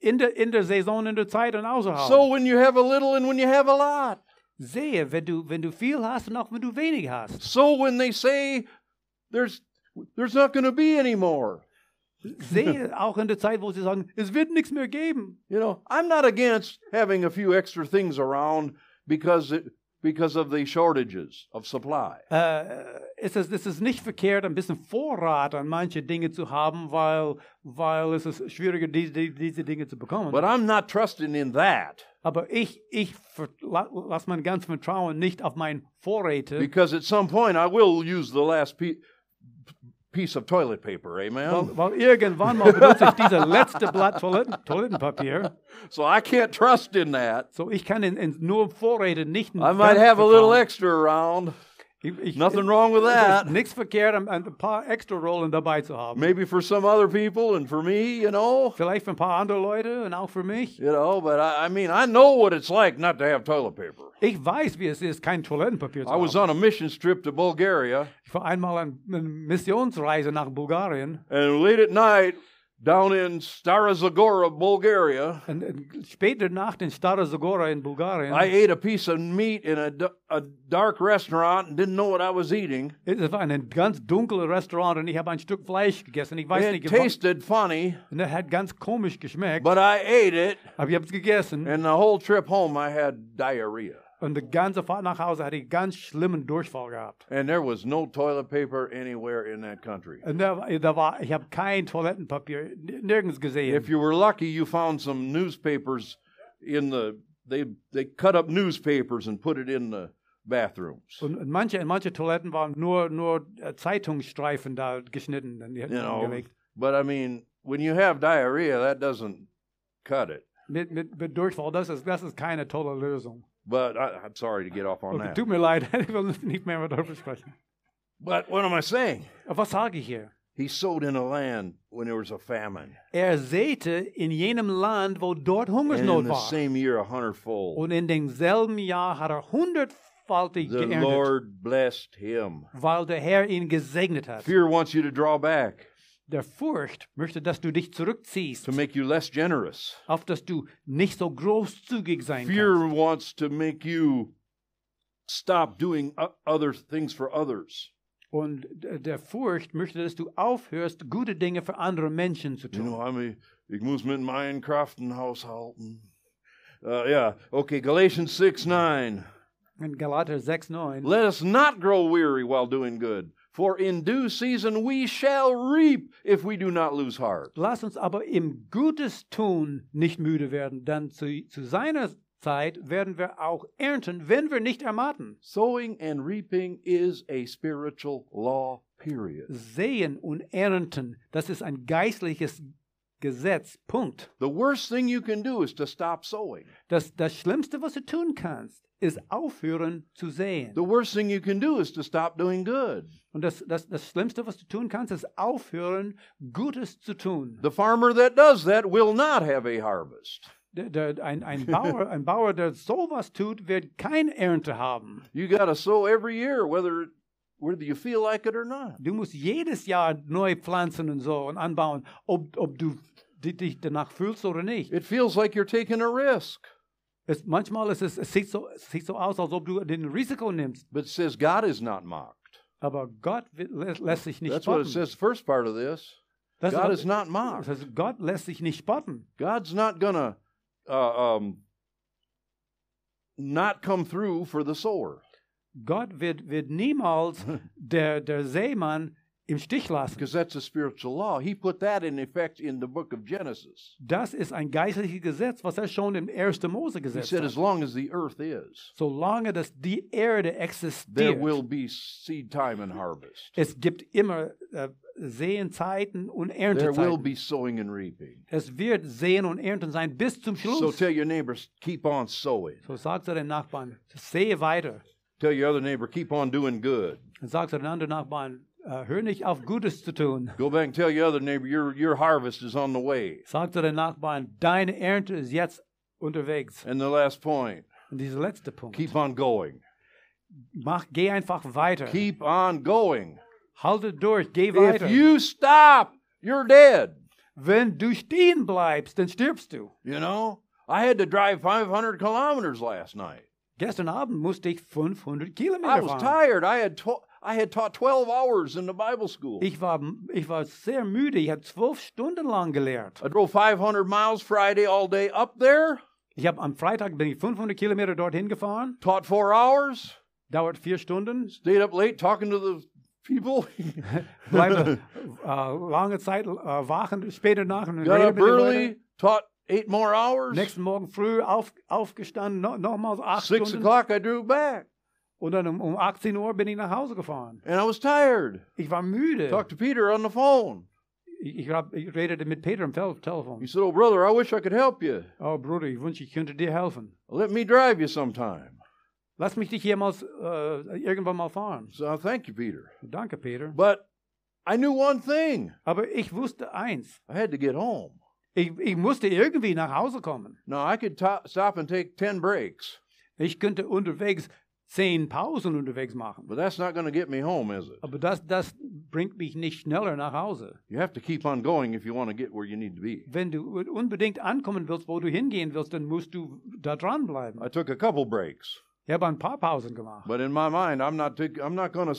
[SPEAKER 2] in der, in der Saison, in der Zeit und außerhalb.
[SPEAKER 1] Sow when you have a little and when you have a lot.
[SPEAKER 2] Sehe, wenn du, wenn du viel hast und auch wenn du wenig hast.
[SPEAKER 1] So when they say there's there's not going to be any more,
[SPEAKER 2] Sehe auch in der Zeit, wo sie sagen, es wird nichts mehr geben.
[SPEAKER 1] you know, I'm not against having a few extra things around because it because of the shortages of supply.
[SPEAKER 2] Äh, ist es ist es nicht verkehrt, ein bisschen Vorrat an manche Dinge zu haben, weil, weil es ist schwieriger, die, die, diese Dinge zu bekommen.
[SPEAKER 1] But I'm not trusting in that
[SPEAKER 2] Aber ich, ich ver- la- lass mein ganzes Vertrauen nicht auf meine Vorräte,
[SPEAKER 1] because at some point I will use the last pe- piece of toilet paper. Amen.
[SPEAKER 2] weil, weil irgendwann mal benutze ich dieses letzte Blatt Toiletten, Toilettenpapier.
[SPEAKER 1] so I can't trust in that.
[SPEAKER 2] So ich kann in, in nur Vorräte nicht.
[SPEAKER 1] I might have a little extra around.
[SPEAKER 2] Ich, ich,
[SPEAKER 1] Nothing wrong with
[SPEAKER 2] es ist
[SPEAKER 1] that.
[SPEAKER 2] nichts verkehrt, ein, ein paar extra Rollen dabei zu haben.
[SPEAKER 1] Maybe for some other people and for me, you know.
[SPEAKER 2] Vielleicht für ein paar andere Leute und auch für mich.
[SPEAKER 1] You know, but I, I mean, I know what it's like not to have toilet paper.
[SPEAKER 2] Ich weiß, wie es ist, kein Toilettenpapier zu
[SPEAKER 1] I was on
[SPEAKER 2] haben.
[SPEAKER 1] a mission trip to Bulgaria,
[SPEAKER 2] Ich war einmal an- eine Missionsreise nach Bulgarien.
[SPEAKER 1] and late at night, down in Stara Zagora, Bulgaria,
[SPEAKER 2] Und, und später Nacht in Starozagora in Bulgarien.
[SPEAKER 1] I ate a piece of meat in a, d- a dark restaurant and didn't know what I was eating.
[SPEAKER 2] es war ein ganz dunkles Restaurant und ich habe ein Stück Fleisch gegessen. Ich weiß
[SPEAKER 1] It
[SPEAKER 2] nicht, wa-
[SPEAKER 1] tasted funny,
[SPEAKER 2] und das hat ganz komisch geschmeckt,
[SPEAKER 1] but I ate it,
[SPEAKER 2] aber ich habe es gegessen.
[SPEAKER 1] and the whole trip home, I had diarrhea.
[SPEAKER 2] Und die ganze Fahrt nach Hause hatte ich ganz schlimmen Durchfall gehabt.
[SPEAKER 1] And there was no toilet paper anywhere in that country.
[SPEAKER 2] Und da, war- da war, ich habe kein Toilettenpapier n- nirgends gesehen.
[SPEAKER 1] If you were lucky, you found some newspapers in the they they cut up newspapers and put it in the bathrooms.
[SPEAKER 2] Und, und manche, manche Toiletten waren nur, nur äh, Zeitungsstreifen da geschnitten. Und die hätten
[SPEAKER 1] You know,
[SPEAKER 2] gelegt.
[SPEAKER 1] but I mean, when you have diarrhea, that doesn't cut it.
[SPEAKER 2] Mit, mit, mit Durchfall, das ist, das ist keine tolle Lösung.
[SPEAKER 1] But I, I'm sorry to get off on
[SPEAKER 2] Okay,
[SPEAKER 1] that.
[SPEAKER 2] tut mir leid, ich will nicht mehr darüber sprechen.
[SPEAKER 1] But what am I saying?
[SPEAKER 2] Aber Was sage ich hier?
[SPEAKER 1] He sowed in a land when there was a famine,
[SPEAKER 2] Er säte in jenem Land, wo dort
[SPEAKER 1] and in
[SPEAKER 2] Hungersnot
[SPEAKER 1] the
[SPEAKER 2] war.
[SPEAKER 1] same year a hundredfold.
[SPEAKER 2] Und in demselben Jahr hat er hundertfaltig
[SPEAKER 1] The
[SPEAKER 2] geerntet,
[SPEAKER 1] Lord blessed him.
[SPEAKER 2] weil der Herr ihn gesegnet hat.
[SPEAKER 1] Fear wants you to draw back
[SPEAKER 2] Der Furcht möchte, dass du dich zurückziehst,
[SPEAKER 1] to make you less generous.
[SPEAKER 2] auf dass du nicht so großzügig sein kannst.
[SPEAKER 1] Fear wants to make you stop doing o- other things for others.
[SPEAKER 2] Und d- der Furcht möchte, dass du aufhörst, gute Dinge für andere Menschen zu
[SPEAKER 1] You
[SPEAKER 2] tun.
[SPEAKER 1] know, I mean, ich muss mit meinen Kraften haushalten. Uh, yeah, okay, Galatians 6 9.
[SPEAKER 2] In Galater 6, 9.
[SPEAKER 1] Let us not grow weary while doing good, for in due season we shall reap if we do not lose heart.
[SPEAKER 2] Lass uns aber im Gutes tun nicht müde werden, denn zu, zu seiner Zeit werden wir auch ernten, wenn wir nicht ermatten.
[SPEAKER 1] Sowing and reaping is a spiritual law, period.
[SPEAKER 2] Sehen und ernten, das ist ein geistliches Gesetz. Punkt.
[SPEAKER 1] The worst thing you can do is to stop sowing.
[SPEAKER 2] Das, das Schlimmste, was du tun kannst, ist aufhören zu sehen.
[SPEAKER 1] The worst thing you can do is to stop doing good.
[SPEAKER 2] Und das, das, das Schlimmste, was du tun kannst, ist aufhören, Gutes zu tun.
[SPEAKER 1] The farmer that does that will not have a harvest.
[SPEAKER 2] Der, der, ein, ein, Bauer, ein Bauer, der sowas tut, wird keine Ernte haben.
[SPEAKER 1] You got to sow every year, whether whether you feel like it or not.
[SPEAKER 2] Du musst jedes Jahr neu pflanzen und so und anbauen, ob, ob du di- dich danach fühlst oder nicht.
[SPEAKER 1] It feels like you're taking a risk,
[SPEAKER 2] Es, manchmal ist es, es sieht so, es sieht so aus, als ob du den Risiko nimmst,
[SPEAKER 1] but it says God is not mocked.
[SPEAKER 2] aber Gott wi- lä- lässt sich nicht
[SPEAKER 1] That's what
[SPEAKER 2] spotten.
[SPEAKER 1] it says. The first part of this,
[SPEAKER 2] Das
[SPEAKER 1] God
[SPEAKER 2] ist-
[SPEAKER 1] is not mocked.
[SPEAKER 2] das heißt, Gott lässt sich nicht spotten.
[SPEAKER 1] God's not gonna uh, um, not come through for the sower
[SPEAKER 2] Gott wird, wird niemals der, der Seemann im Stich lassen.
[SPEAKER 1] because that's a spiritual law. He put that in effect in the book of Genesis.
[SPEAKER 2] Das ist ein geistliches Gesetz, was er schon im 1. Mose
[SPEAKER 1] He
[SPEAKER 2] gesetzt
[SPEAKER 1] said,
[SPEAKER 2] hat.
[SPEAKER 1] as long as the earth is,
[SPEAKER 2] Solange das die Erde
[SPEAKER 1] there
[SPEAKER 2] existiert,
[SPEAKER 1] will be seed time and harvest.
[SPEAKER 2] es gibt immer äh, Sehenzeiten und
[SPEAKER 1] There will
[SPEAKER 2] Erntezeiten.
[SPEAKER 1] be sowing and reaping.
[SPEAKER 2] Es wird Sehen und Ernten sein bis zum
[SPEAKER 1] So
[SPEAKER 2] Schluss.
[SPEAKER 1] tell your neighbors, keep on sowing.
[SPEAKER 2] So sagt er dem Nachbarn, sehe weiter.
[SPEAKER 1] Tell your other neighbor, keep on doing good.
[SPEAKER 2] Dann sagt er dem anderen Nachbarn, äh, hör nicht auf Gutes zu tun.
[SPEAKER 1] Go back and tell your other neighbor, your, your harvest is on the way.
[SPEAKER 2] Sagt er dem Nachbarn, deine Ernte ist jetzt unterwegs.
[SPEAKER 1] And the last point,
[SPEAKER 2] Und dieser letzte Punkt.
[SPEAKER 1] keep on going.
[SPEAKER 2] Mach, geh einfach weiter.
[SPEAKER 1] Keep on going.
[SPEAKER 2] Halte durch, geh weiter.
[SPEAKER 1] If you stop, you're dead.
[SPEAKER 2] Wenn du stehen bleibst, dann stirbst du.
[SPEAKER 1] You know? I had to drive 500 kilometers last night.
[SPEAKER 2] Gestern Abend musste ich 500
[SPEAKER 1] I
[SPEAKER 2] Kilometer
[SPEAKER 1] was
[SPEAKER 2] fahren.
[SPEAKER 1] tired. I had tw- I had taught 12 hours in the Bible school.
[SPEAKER 2] Ich war, ich war sehr müde. Ich habe zwölf Stunden lang gelehrt.
[SPEAKER 1] I drove 500 miles Friday all day up there.
[SPEAKER 2] Ich habe am Freitag bin ich 500 Kilometer dorthin gefahren,
[SPEAKER 1] Taught four hours.
[SPEAKER 2] dauert vier Stunden,
[SPEAKER 1] Stayed up late talking to the people.
[SPEAKER 2] bleibe äh, lange Zeit äh, wachen, später nach und
[SPEAKER 1] Got
[SPEAKER 2] rede
[SPEAKER 1] up
[SPEAKER 2] mit den
[SPEAKER 1] early.
[SPEAKER 2] Leuten.
[SPEAKER 1] Taught eight more hours.
[SPEAKER 2] Nächsten Morgen früh auf, aufgestanden, no, nochmals acht
[SPEAKER 1] Six
[SPEAKER 2] Stunden.
[SPEAKER 1] o'clock, I drove back,
[SPEAKER 2] Und dann um, um 18 Uhr bin ich nach Hause gefahren.
[SPEAKER 1] and I was tired.
[SPEAKER 2] Ich war müde.
[SPEAKER 1] Talked to Peter on the phone.
[SPEAKER 2] Ich, ich, hab, ich redete mit Peter am Tel
[SPEAKER 1] He
[SPEAKER 2] Telefon.
[SPEAKER 1] said, "Oh, brother, I wish I could help you.
[SPEAKER 2] Oh Bruder, ich wünsche, ich könnte dir helfen.
[SPEAKER 1] Let me drive you sometime."
[SPEAKER 2] Lass mich dich jemals äh, irgendwann mal fahren.
[SPEAKER 1] So I "Oh, thank you, Peter.
[SPEAKER 2] Danke, Peter.
[SPEAKER 1] But I knew one thing:
[SPEAKER 2] Aber ich wusste eins.
[SPEAKER 1] I had to get home.
[SPEAKER 2] Ich, ich musste irgendwie nach Hause kommen.
[SPEAKER 1] Now I could to- stop and take ten breaks,
[SPEAKER 2] Ich könnte unterwegs zehn Pausen unterwegs machen.
[SPEAKER 1] but that's not going to get me home, is it?
[SPEAKER 2] Aber das, das bringt mich nicht schneller nach Hause.
[SPEAKER 1] You have to keep on going if you want to get where you need to be.
[SPEAKER 2] Wenn du unbedingt ankommen willst, wo du hingehen willst, dann musst du da dranbleiben.
[SPEAKER 1] I took a couple breaks,
[SPEAKER 2] Ich habe ein paar Pausen gemacht.
[SPEAKER 1] but in my mind, I'm not. Take, I'm not going to.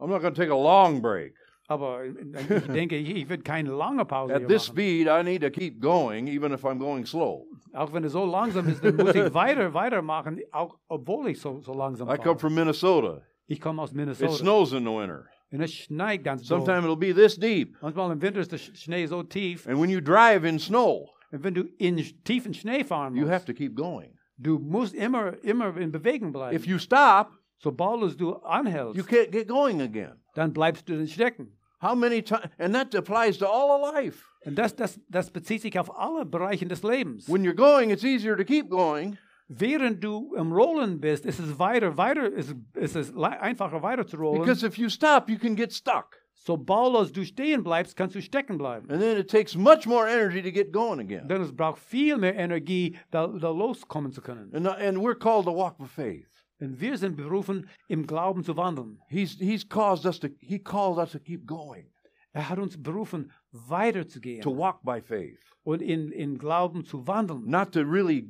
[SPEAKER 1] I'm not going to take a long break.
[SPEAKER 2] Aber äh, ich denke, ich, ich werde keine lange Pause
[SPEAKER 1] At
[SPEAKER 2] hier
[SPEAKER 1] this
[SPEAKER 2] machen.
[SPEAKER 1] speed, I need to keep going, even if I'm going slow.
[SPEAKER 2] Auch wenn es so langsam ist, dann muss ich weiter, weitermachen, auch obwohl ich so, so langsam
[SPEAKER 1] I come
[SPEAKER 2] fahre.
[SPEAKER 1] from Minnesota.
[SPEAKER 2] Ich komme aus
[SPEAKER 1] It
[SPEAKER 2] Minnesota.
[SPEAKER 1] snows in the winter.
[SPEAKER 2] Und es schneit ganz doll.
[SPEAKER 1] Sometimes it'll be this deep.
[SPEAKER 2] Manchmal im Winter ist der Sch- Schnee so tief.
[SPEAKER 1] And when you drive in snow,
[SPEAKER 2] Und wenn du in sch- tiefen Schnee fahren
[SPEAKER 1] you have
[SPEAKER 2] musst,
[SPEAKER 1] to keep going.
[SPEAKER 2] du musst immer, immer in Bewegung bleiben.
[SPEAKER 1] If you stop,
[SPEAKER 2] Sobald es du
[SPEAKER 1] you
[SPEAKER 2] anhältst,
[SPEAKER 1] can't get going again.
[SPEAKER 2] dann bleibst du dann stecken.
[SPEAKER 1] How many times? And that applies to all of life.
[SPEAKER 2] Und das, das, das bezieht sich auf alle Bereiche des Lebens.
[SPEAKER 1] When you're going, it's easier to keep going.
[SPEAKER 2] Während du im Rollen bist, ist es weiter, weiter, ist, ist es le- einfacher weiter zu rollen.
[SPEAKER 1] Because if you stop, you can get stuck.
[SPEAKER 2] Sobald als du stehen bleibst, kannst du stecken bleiben.
[SPEAKER 1] And then it takes much more energy to get going again.
[SPEAKER 2] Denn es braucht viel mehr Energie, da, da loskommen zu können.
[SPEAKER 1] And, uh, and we're called to walk with faith.
[SPEAKER 2] Und wir sind berufen, im Glauben zu wandeln.
[SPEAKER 1] He's, he's caused us to, he called us to keep going,
[SPEAKER 2] Er hat uns berufen, weiterzugehen
[SPEAKER 1] to walk by faith,
[SPEAKER 2] und in, in Glauben zu wandeln.
[SPEAKER 1] not to really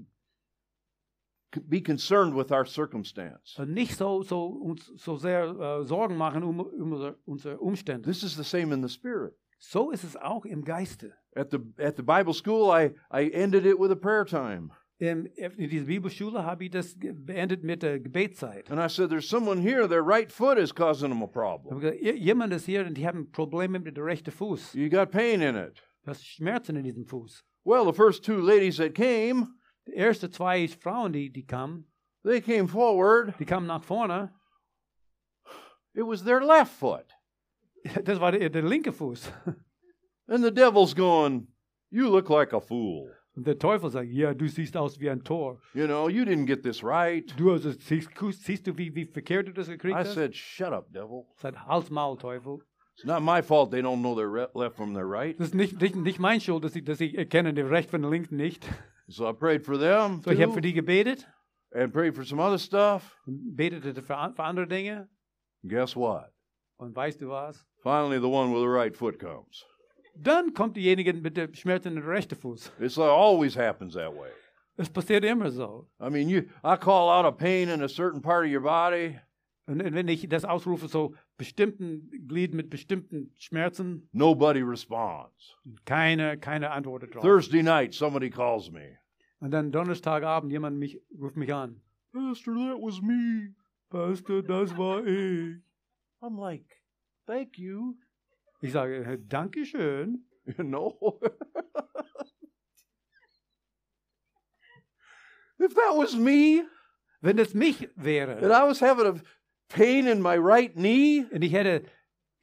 [SPEAKER 1] c- be concerned with our circumstance.
[SPEAKER 2] Und nicht so, so, uns so sehr äh, Sorgen machen um, um unsere, unsere Umstände.
[SPEAKER 1] This is the same in the spirit.
[SPEAKER 2] So ist es auch im Geiste.
[SPEAKER 1] At the at the Bible school, I I ended it with a prayer time,
[SPEAKER 2] Ähm, in dieser Bibelschule habe ich das ge- beendet mit der Gebetszeit.
[SPEAKER 1] and I said, "There's someone here. Their right foot is causing them a
[SPEAKER 2] Ich habe
[SPEAKER 1] problem.
[SPEAKER 2] gesagt, "Ihr- jemand ist hier und die haben Probleme mit dem rechten Fuß.
[SPEAKER 1] You got pain in it."
[SPEAKER 2] Das ist Schmerzen in diesem Fuß.
[SPEAKER 1] Well, the first two ladies that came,
[SPEAKER 2] Die ersten zwei Frauen, die, die kamen,
[SPEAKER 1] they came forward.
[SPEAKER 2] die kamen nach vorne.
[SPEAKER 1] It was their left foot,
[SPEAKER 2] Das war der, der linke Fuß.
[SPEAKER 1] and the devil's going, "You look like a fool.
[SPEAKER 2] Und der Teufel sagt, ja, du siehst aus wie ein Tor.
[SPEAKER 1] You know, you didn't get this right."
[SPEAKER 2] Du also siehst, siehst du, wie, wie verkehrt du das gekriegt
[SPEAKER 1] I
[SPEAKER 2] hast?
[SPEAKER 1] said, "Shut up, devil.
[SPEAKER 2] Seit Hals, Maul, Teufel.
[SPEAKER 1] It's not my fault they don't know their re- left from their right."
[SPEAKER 2] Das ist nicht, nicht, nicht mein Schuld, dass ich, dass ich erkenne den Recht von den Linken nicht.
[SPEAKER 1] So I prayed for them
[SPEAKER 2] So, ich habe für
[SPEAKER 1] too,
[SPEAKER 2] die gebetet,
[SPEAKER 1] and prayed for some other stuff.
[SPEAKER 2] betete für, an- für andere Dinge.
[SPEAKER 1] Guess what?
[SPEAKER 2] Und weißt du was?
[SPEAKER 1] Finally, the one with the right foot comes.
[SPEAKER 2] Dann kommt diejenige mit dem schmerzenden rechten Fuß.
[SPEAKER 1] It's like always happens that way.
[SPEAKER 2] Es passiert immer so.
[SPEAKER 1] I mean, you I call out a pain in a certain part of your body.
[SPEAKER 2] Und wenn ich das ausrufe, so bestimmten Glied mit bestimmten Schmerzen,
[SPEAKER 1] Nobody responds.
[SPEAKER 2] keine, keine Antwort drauf.
[SPEAKER 1] Thursday night, somebody calls me.
[SPEAKER 2] Und dann Donnerstagabend, jemand mich, ruft mich an.
[SPEAKER 1] Pastor, that was me.
[SPEAKER 2] Pastor, das war ich.
[SPEAKER 1] I'm like, thank you.
[SPEAKER 2] Ich sage, Dankeschön.
[SPEAKER 1] You know? if that was me
[SPEAKER 2] Wenn es mich
[SPEAKER 1] and
[SPEAKER 2] wäre
[SPEAKER 1] I was having a pain in my right knee,
[SPEAKER 2] und ich hätte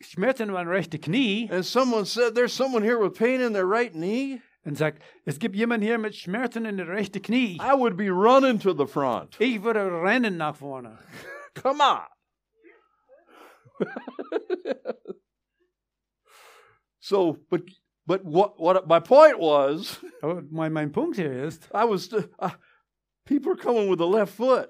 [SPEAKER 2] Schmerzen in meinem rechten Knie
[SPEAKER 1] and someone said, There's someone here with pain in their right knee,
[SPEAKER 2] und sagt, es gibt jemanden hier mit Schmerzen in der rechten Knie.
[SPEAKER 1] I would be running to the front.
[SPEAKER 2] Ich würde rennen nach vorne.
[SPEAKER 1] Come on. so, but but what what my point was,
[SPEAKER 2] Aber mein, mein Punkt hier ist,
[SPEAKER 1] I was uh, people are coming with the left foot.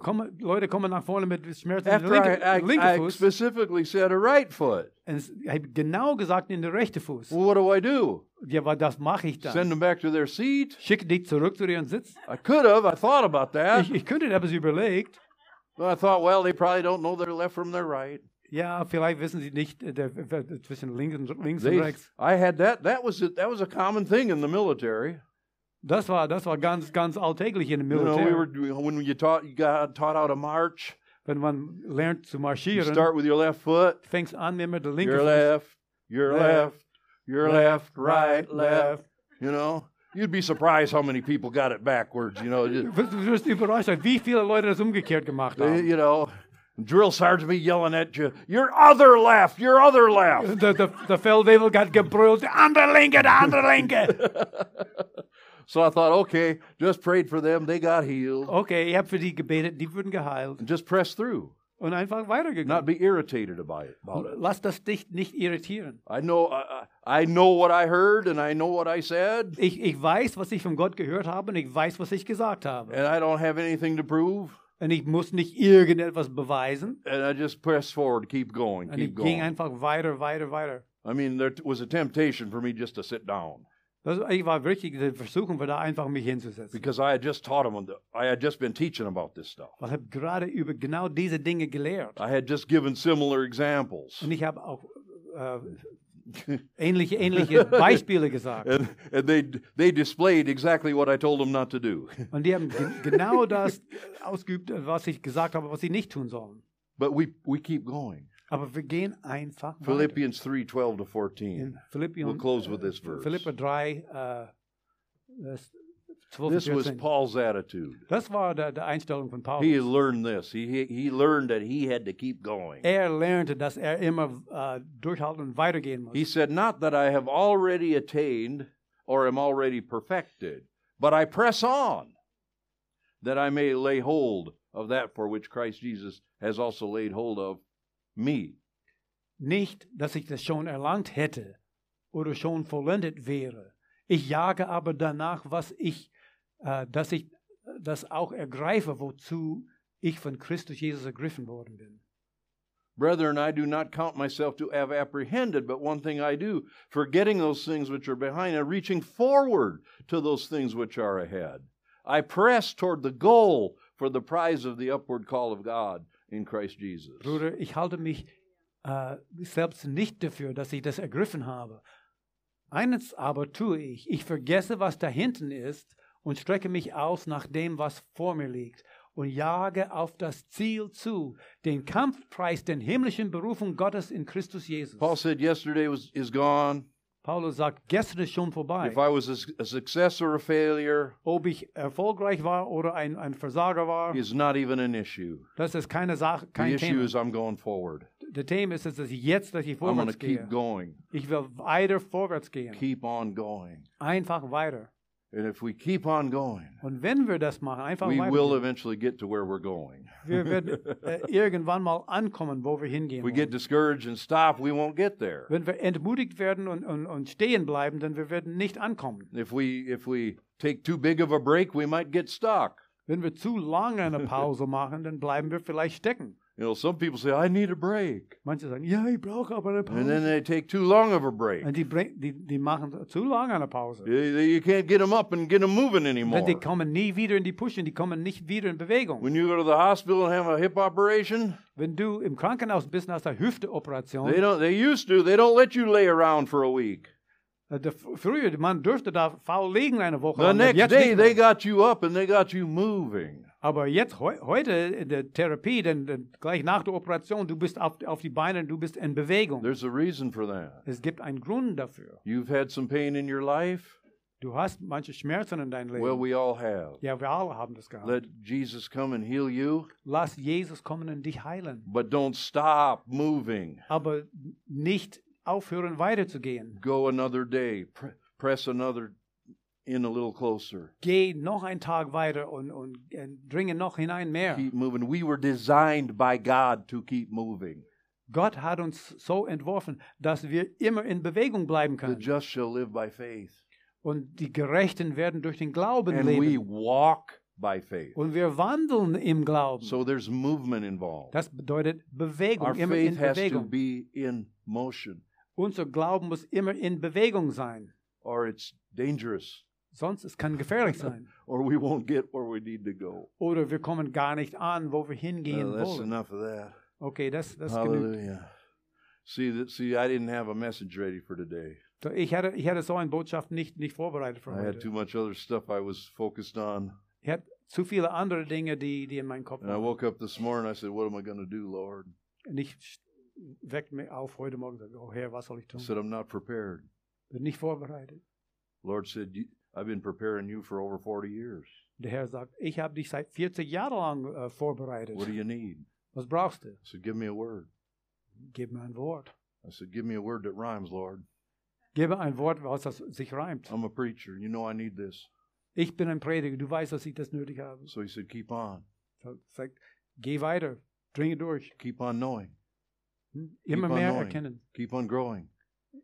[SPEAKER 2] kommen, Leute kommen nach vorne mit Schmerzen in
[SPEAKER 1] After
[SPEAKER 2] der linken,
[SPEAKER 1] I,
[SPEAKER 2] linken
[SPEAKER 1] I, I
[SPEAKER 2] Fuß.
[SPEAKER 1] specifically said a right foot.
[SPEAKER 2] Und es- ich habe genau gesagt in der rechten Fuß.
[SPEAKER 1] Well, what do I do?
[SPEAKER 2] Ja, aber das mache ich
[SPEAKER 1] Send
[SPEAKER 2] dann.
[SPEAKER 1] them back to their seat?
[SPEAKER 2] Schicke dich zurück zu ihrem Sitz.
[SPEAKER 1] I could have. I thought about that.
[SPEAKER 2] Ich, ich könnte, habe es überlegt.
[SPEAKER 1] But I thought, well, they probably don't know their left from their right.
[SPEAKER 2] Ja, vielleicht wissen sie nicht äh, der, der, zwischen links und, links und
[SPEAKER 1] They,
[SPEAKER 2] rechts.
[SPEAKER 1] I had that. That was it. That was a common thing in the military.
[SPEAKER 2] Das war, das war ganz, ganz alltäglich in dem
[SPEAKER 1] You know,
[SPEAKER 2] Militär.
[SPEAKER 1] we were when you taught God taught how to march.
[SPEAKER 2] Wenn man lernt zu
[SPEAKER 1] You
[SPEAKER 2] marschieren,
[SPEAKER 1] start with your left foot,
[SPEAKER 2] fängst an mit der
[SPEAKER 1] your
[SPEAKER 2] linken Fuß.
[SPEAKER 1] left, your
[SPEAKER 2] Left,
[SPEAKER 1] left, your left, right, left. You know, you'd be surprised how many people got it backwards. You know, just,
[SPEAKER 2] Du wirst, du wirst überrascht sein, wie viele Leute das umgekehrt gemacht
[SPEAKER 1] they-
[SPEAKER 2] haben.
[SPEAKER 1] you know, drill sergeant be yelling at you, your other left, your other left.
[SPEAKER 2] Der, der, der Feldwebel hat gebrüllt, der andere Linke, der andere Linke.
[SPEAKER 1] So I thought, okay, just prayed for them. They got healed.
[SPEAKER 2] Okay, ich habe für die gebetet, die wurden geheilt
[SPEAKER 1] Just press through,
[SPEAKER 2] und einfach
[SPEAKER 1] not
[SPEAKER 2] weitergegangen.
[SPEAKER 1] be irritated about it. About it.
[SPEAKER 2] Lass das dich nicht irritieren.
[SPEAKER 1] I know, I, I I know what I heard, and I know what I said,
[SPEAKER 2] Ich, ich weiß, was ich von Gott gehört habe und ich weiß, was ich gesagt habe.
[SPEAKER 1] and I don't have anything to prove.
[SPEAKER 2] Und ich muss nicht irgendetwas beweisen.
[SPEAKER 1] And I just pressed forward, keep going,
[SPEAKER 2] Und ich
[SPEAKER 1] keep
[SPEAKER 2] ging
[SPEAKER 1] going.
[SPEAKER 2] einfach weiter, weiter, weiter.
[SPEAKER 1] I mean, there t- was a temptation for me just to sit down
[SPEAKER 2] Das, ich war wirklich in der Versuchung, da einfach mich hinzusetzen.
[SPEAKER 1] because I had just taught them. I had just been teaching about this stuff.
[SPEAKER 2] Ich habe gerade über genau diese Dinge gelehrt.
[SPEAKER 1] I had just given similar examples,
[SPEAKER 2] Und ich habe auch äh, ähnliche, ähnliche Beispiele gesagt.
[SPEAKER 1] and, and they they displayed exactly what I told them not to do.
[SPEAKER 2] Und die haben ge genau das ausgeübt, was ich gesagt habe, was sie nicht tun sollen.
[SPEAKER 1] But we we keep going.
[SPEAKER 2] Aber wir gehen einfach weiter.
[SPEAKER 1] Philippians three twelve to
[SPEAKER 2] In
[SPEAKER 1] fourteen.
[SPEAKER 2] Philippion,
[SPEAKER 1] We'll close with this verse.
[SPEAKER 2] Philippa 3, äh, das 12
[SPEAKER 1] This was
[SPEAKER 2] 14.
[SPEAKER 1] Paul's attitude.
[SPEAKER 2] Das war der, der Einstellung von Paulus.
[SPEAKER 1] He had learned this. He he- he learned that he had to keep going.
[SPEAKER 2] er lernte, dass er immer äh, durchhalten und weitergehen muss.
[SPEAKER 1] He said, Not that I have already attained or am already perfected, but I press on that I may lay hold of that for which Christ Jesus has also laid hold of me.
[SPEAKER 2] Nicht, dass ich das schon erlangt hätte oder schon vollendet wäre. Ich jage aber danach, was ich, äh, dass ich das auch ergreife, wozu ich von Christus Jesus ergriffen worden bin.
[SPEAKER 1] Brethren, I do not count myself to have apprehended, but one thing I do, forgetting those things which are behind and reaching forward to those things which are ahead. I press toward the goal for the prize of the upward call of God in Christ Jesus.
[SPEAKER 2] Bruder, ich halte mich äh, selbst nicht dafür, dass ich das ergriffen habe. Eines aber tue ich. Ich vergesse, was da hinten ist und strecke mich aus nach dem, was vor mir liegt und jage auf das Ziel zu, den Kampfpreis, den himmlischen Berufung Gottes in Christus Jesus.
[SPEAKER 1] Paul said, Yesterday was, is gone.
[SPEAKER 2] Paulus sagt, gestern ist schon vorbei.
[SPEAKER 1] If I was a, s- a success or a failure
[SPEAKER 2] Ob ich erfolgreich war oder ein, ein Versager war,
[SPEAKER 1] is not even an issue.
[SPEAKER 2] das ist keine Sache,
[SPEAKER 1] The
[SPEAKER 2] kein
[SPEAKER 1] issue
[SPEAKER 2] Thema.
[SPEAKER 1] is I'm going forward.
[SPEAKER 2] Der Thema ist, dass ich jetzt, dass ich
[SPEAKER 1] I'm going
[SPEAKER 2] vorwärts
[SPEAKER 1] to keep
[SPEAKER 2] gehe.
[SPEAKER 1] going.
[SPEAKER 2] Ich will weiter vorwärts gehen.
[SPEAKER 1] Keep on going.
[SPEAKER 2] Einfach weiter.
[SPEAKER 1] And if we keep on going,
[SPEAKER 2] Und wenn wir das machen, einfach
[SPEAKER 1] we
[SPEAKER 2] weiter,
[SPEAKER 1] will eventually get to where we're going.
[SPEAKER 2] wir werden äh, irgendwann mal ankommen, wo wir hingehen.
[SPEAKER 1] If we
[SPEAKER 2] wollen.
[SPEAKER 1] get discouraged and stop, we won't get there.
[SPEAKER 2] Wenn wir entmutigt werden und, und, und stehen bleiben, dann wir werden nicht ankommen.
[SPEAKER 1] If we if we take too big of a break, we might get stuck.
[SPEAKER 2] Wenn wir zu lange eine Pause machen, dann bleiben wir vielleicht stecken.
[SPEAKER 1] You know, some people say, "I need a break,"
[SPEAKER 2] Manche sagen, ja, ich brauche aber eine
[SPEAKER 1] and then
[SPEAKER 2] Pause.
[SPEAKER 1] they take too long of a break.
[SPEAKER 2] Und die, bring- die, die machen zu lange eine Pause.
[SPEAKER 1] You you can't get them up and get them moving anymore.
[SPEAKER 2] Denn die kommen nie wieder in die Puschen, die kommen nicht wieder in Bewegung.
[SPEAKER 1] When you go to the hospital and have a hip operation,
[SPEAKER 2] Wenn du im Krankenhaus bist nach der Hüfteoperation,
[SPEAKER 1] They don't. They used to. They don't let you lay around for a week.
[SPEAKER 2] äh, der, früher, der Mann dürfte da faul liegen eine Woche.
[SPEAKER 1] The
[SPEAKER 2] lang, aber
[SPEAKER 1] next
[SPEAKER 2] jetzt
[SPEAKER 1] day,
[SPEAKER 2] nicht
[SPEAKER 1] they
[SPEAKER 2] mehr.
[SPEAKER 1] got you up and they got you moving.
[SPEAKER 2] Aber jetzt, heu, heute in der Therapie, denn, denn gleich nach der Operation, du bist auf, auf die Beine, du bist in Bewegung.
[SPEAKER 1] There's a reason for that.
[SPEAKER 2] es gibt einen Grund dafür.
[SPEAKER 1] You've had some pain in your life.
[SPEAKER 2] Du hast manche Schmerzen in deinem Leben.
[SPEAKER 1] Well, we all have.
[SPEAKER 2] ja, wir alle haben das gehabt.
[SPEAKER 1] Let Jesus come and heal you,
[SPEAKER 2] Lass Jesus kommen und dich heilen.
[SPEAKER 1] but don't stop moving.
[SPEAKER 2] Aber nicht aufhören, weiterzugehen.
[SPEAKER 1] Go another day. Pr- press another in a little closer.
[SPEAKER 2] Geh noch einen Tag weiter und, und, äh, dringe noch hinein mehr.
[SPEAKER 1] Keep moving. We were designed by God to keep moving.
[SPEAKER 2] Gott hat uns so entworfen, dass wir immer in Bewegung bleiben
[SPEAKER 1] The
[SPEAKER 2] können.
[SPEAKER 1] just shall live by faith,
[SPEAKER 2] Und die Gerechten werden durch den Glauben
[SPEAKER 1] and we
[SPEAKER 2] leben.
[SPEAKER 1] walk by faith.
[SPEAKER 2] Und wir wandeln im Glauben.
[SPEAKER 1] So there's movement involved.
[SPEAKER 2] Das bedeutet Bewegung,
[SPEAKER 1] Our
[SPEAKER 2] immer
[SPEAKER 1] faith
[SPEAKER 2] in
[SPEAKER 1] has to
[SPEAKER 2] Bewegung.
[SPEAKER 1] be in motion,
[SPEAKER 2] Unser Glauben muss immer in Bewegung sein,
[SPEAKER 1] or it's dangerous,
[SPEAKER 2] sonst es kann gefährlich sein.
[SPEAKER 1] or we won't get where we need to go.
[SPEAKER 2] Oder wir kommen gar nicht an, wo wir hingehen
[SPEAKER 1] Uh, that's
[SPEAKER 2] wollen.
[SPEAKER 1] enough of that.
[SPEAKER 2] Okay, das, das genügt.
[SPEAKER 1] Hallelujah. See that. See, I didn't have a message ready for today.
[SPEAKER 2] So, ich, hatte, ich hatte so eine Botschaft nicht, nicht vorbereitet für
[SPEAKER 1] I had too
[SPEAKER 2] heute.
[SPEAKER 1] much other stuff I was focused on.
[SPEAKER 2] Ich hatte zu viele andere Dinge, die, die in meinem Kopf
[SPEAKER 1] And I
[SPEAKER 2] waren.
[SPEAKER 1] woke up this morning. I said, What am I going to do, Lord?
[SPEAKER 2] Und ich weckte mich auf heute Morgen und sagte, oh Herr, was soll ich
[SPEAKER 1] I
[SPEAKER 2] tun?
[SPEAKER 1] said, I'm not prepared.
[SPEAKER 2] Bin nicht vorbereitet.
[SPEAKER 1] Lord said, "You- I've been preparing you for over 40 years.
[SPEAKER 2] Der Herr sagt, ich habe dich seit 40 Jahren lang äh, vorbereitet.
[SPEAKER 1] What do you need?
[SPEAKER 2] Was brauchst du?
[SPEAKER 1] I said, Give me a word.
[SPEAKER 2] Gib mir ein Wort.
[SPEAKER 1] I said, Give me a word that rhymes, Lord.
[SPEAKER 2] Gib mir ein Wort, was das sich reimt.
[SPEAKER 1] I'm a preacher. You know I need this.
[SPEAKER 2] Ich bin ein Prediger. Du weißt, dass ich das nötig habe.
[SPEAKER 1] So he said, Keep on.
[SPEAKER 2] So, sagt, geh weiter. Dringe durch.
[SPEAKER 1] Keep on knowing.
[SPEAKER 2] Hm? Immer
[SPEAKER 1] Keep on
[SPEAKER 2] mehr
[SPEAKER 1] knowing.
[SPEAKER 2] erkennen.
[SPEAKER 1] Keep on growing.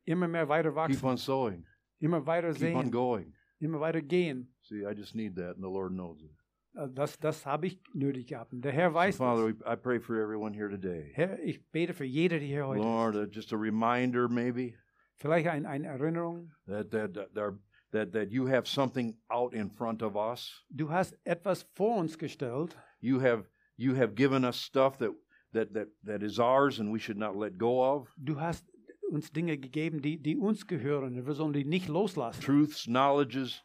[SPEAKER 2] Immer mehr weiter
[SPEAKER 1] Keep
[SPEAKER 2] wachsen.
[SPEAKER 1] on sowing.
[SPEAKER 2] Immer weiter
[SPEAKER 1] Keep on
[SPEAKER 2] sehen.
[SPEAKER 1] going.
[SPEAKER 2] Immer weiter gehen.
[SPEAKER 1] See, I just need that, and the Lord knows it.
[SPEAKER 2] Äh, Das, das habe ich nötig gehabt. Und der Herr weiß
[SPEAKER 1] So, Father,
[SPEAKER 2] das.
[SPEAKER 1] we, I pray for everyone here today.
[SPEAKER 2] Herr, ich bete für jede, die hier heute
[SPEAKER 1] Lord, uh,
[SPEAKER 2] ist.
[SPEAKER 1] just a reminder, maybe,
[SPEAKER 2] Vielleicht ein, eine Erinnerung.
[SPEAKER 1] that that that, there- that that you have something out in front of us.
[SPEAKER 2] Du hast etwas vor uns gestellt.
[SPEAKER 1] You have you have given us stuff that that that, that is ours, and we should not let go of
[SPEAKER 2] Du hast uns Dinge gegeben, die, die uns gehören. Wir sollen die nicht loslassen.
[SPEAKER 1] truths, knowledges,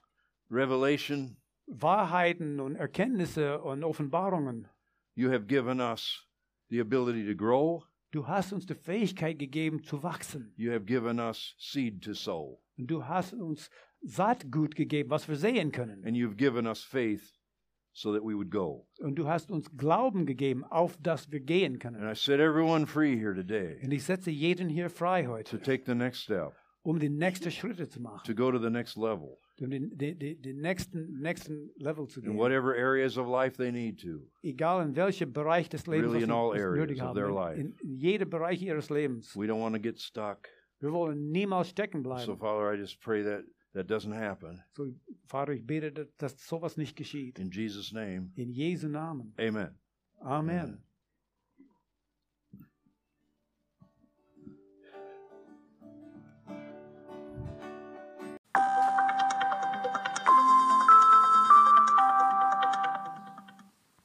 [SPEAKER 1] revelation.
[SPEAKER 2] Wahrheiten und Erkenntnisse und Offenbarungen.
[SPEAKER 1] You have given us the ability to grow.
[SPEAKER 2] Du hast uns die Fähigkeit gegeben zu wachsen.
[SPEAKER 1] You have given us seed to sow,
[SPEAKER 2] Und du hast uns Saatgut gegeben, was wir sehen können.
[SPEAKER 1] and you've given us faith so that we would go.
[SPEAKER 2] Und du hast uns Glauben gegeben, auf das wir gehen
[SPEAKER 1] And
[SPEAKER 2] können.
[SPEAKER 1] I set everyone free here today
[SPEAKER 2] Und ich setze jeden hier frei
[SPEAKER 1] to
[SPEAKER 2] heute,
[SPEAKER 1] take the next step,
[SPEAKER 2] um die nächsten Schritte zu machen,
[SPEAKER 1] to go to the next level
[SPEAKER 2] um den, den, den, den nächsten, nächsten Level zu
[SPEAKER 1] in
[SPEAKER 2] gehen.
[SPEAKER 1] whatever areas of life they need to.
[SPEAKER 2] Egal in welchem Bereich des Lebens
[SPEAKER 1] Really
[SPEAKER 2] was
[SPEAKER 1] in
[SPEAKER 2] sie-
[SPEAKER 1] all
[SPEAKER 2] was sie
[SPEAKER 1] areas
[SPEAKER 2] nötig
[SPEAKER 1] of
[SPEAKER 2] haben,
[SPEAKER 1] their
[SPEAKER 2] in-
[SPEAKER 1] life.
[SPEAKER 2] in, in jedem Bereich ihres Lebens.
[SPEAKER 1] We don't want to get stuck.
[SPEAKER 2] Wir wollen niemals stecken bleiben.
[SPEAKER 1] So,
[SPEAKER 2] So,
[SPEAKER 1] Father, I just pray that that doesn't happen.
[SPEAKER 2] Vater, ich bete, dass- dass sowas nicht geschieht.
[SPEAKER 1] In Jesus' name,
[SPEAKER 2] In Jesu Namen.
[SPEAKER 1] amen.
[SPEAKER 2] Amen.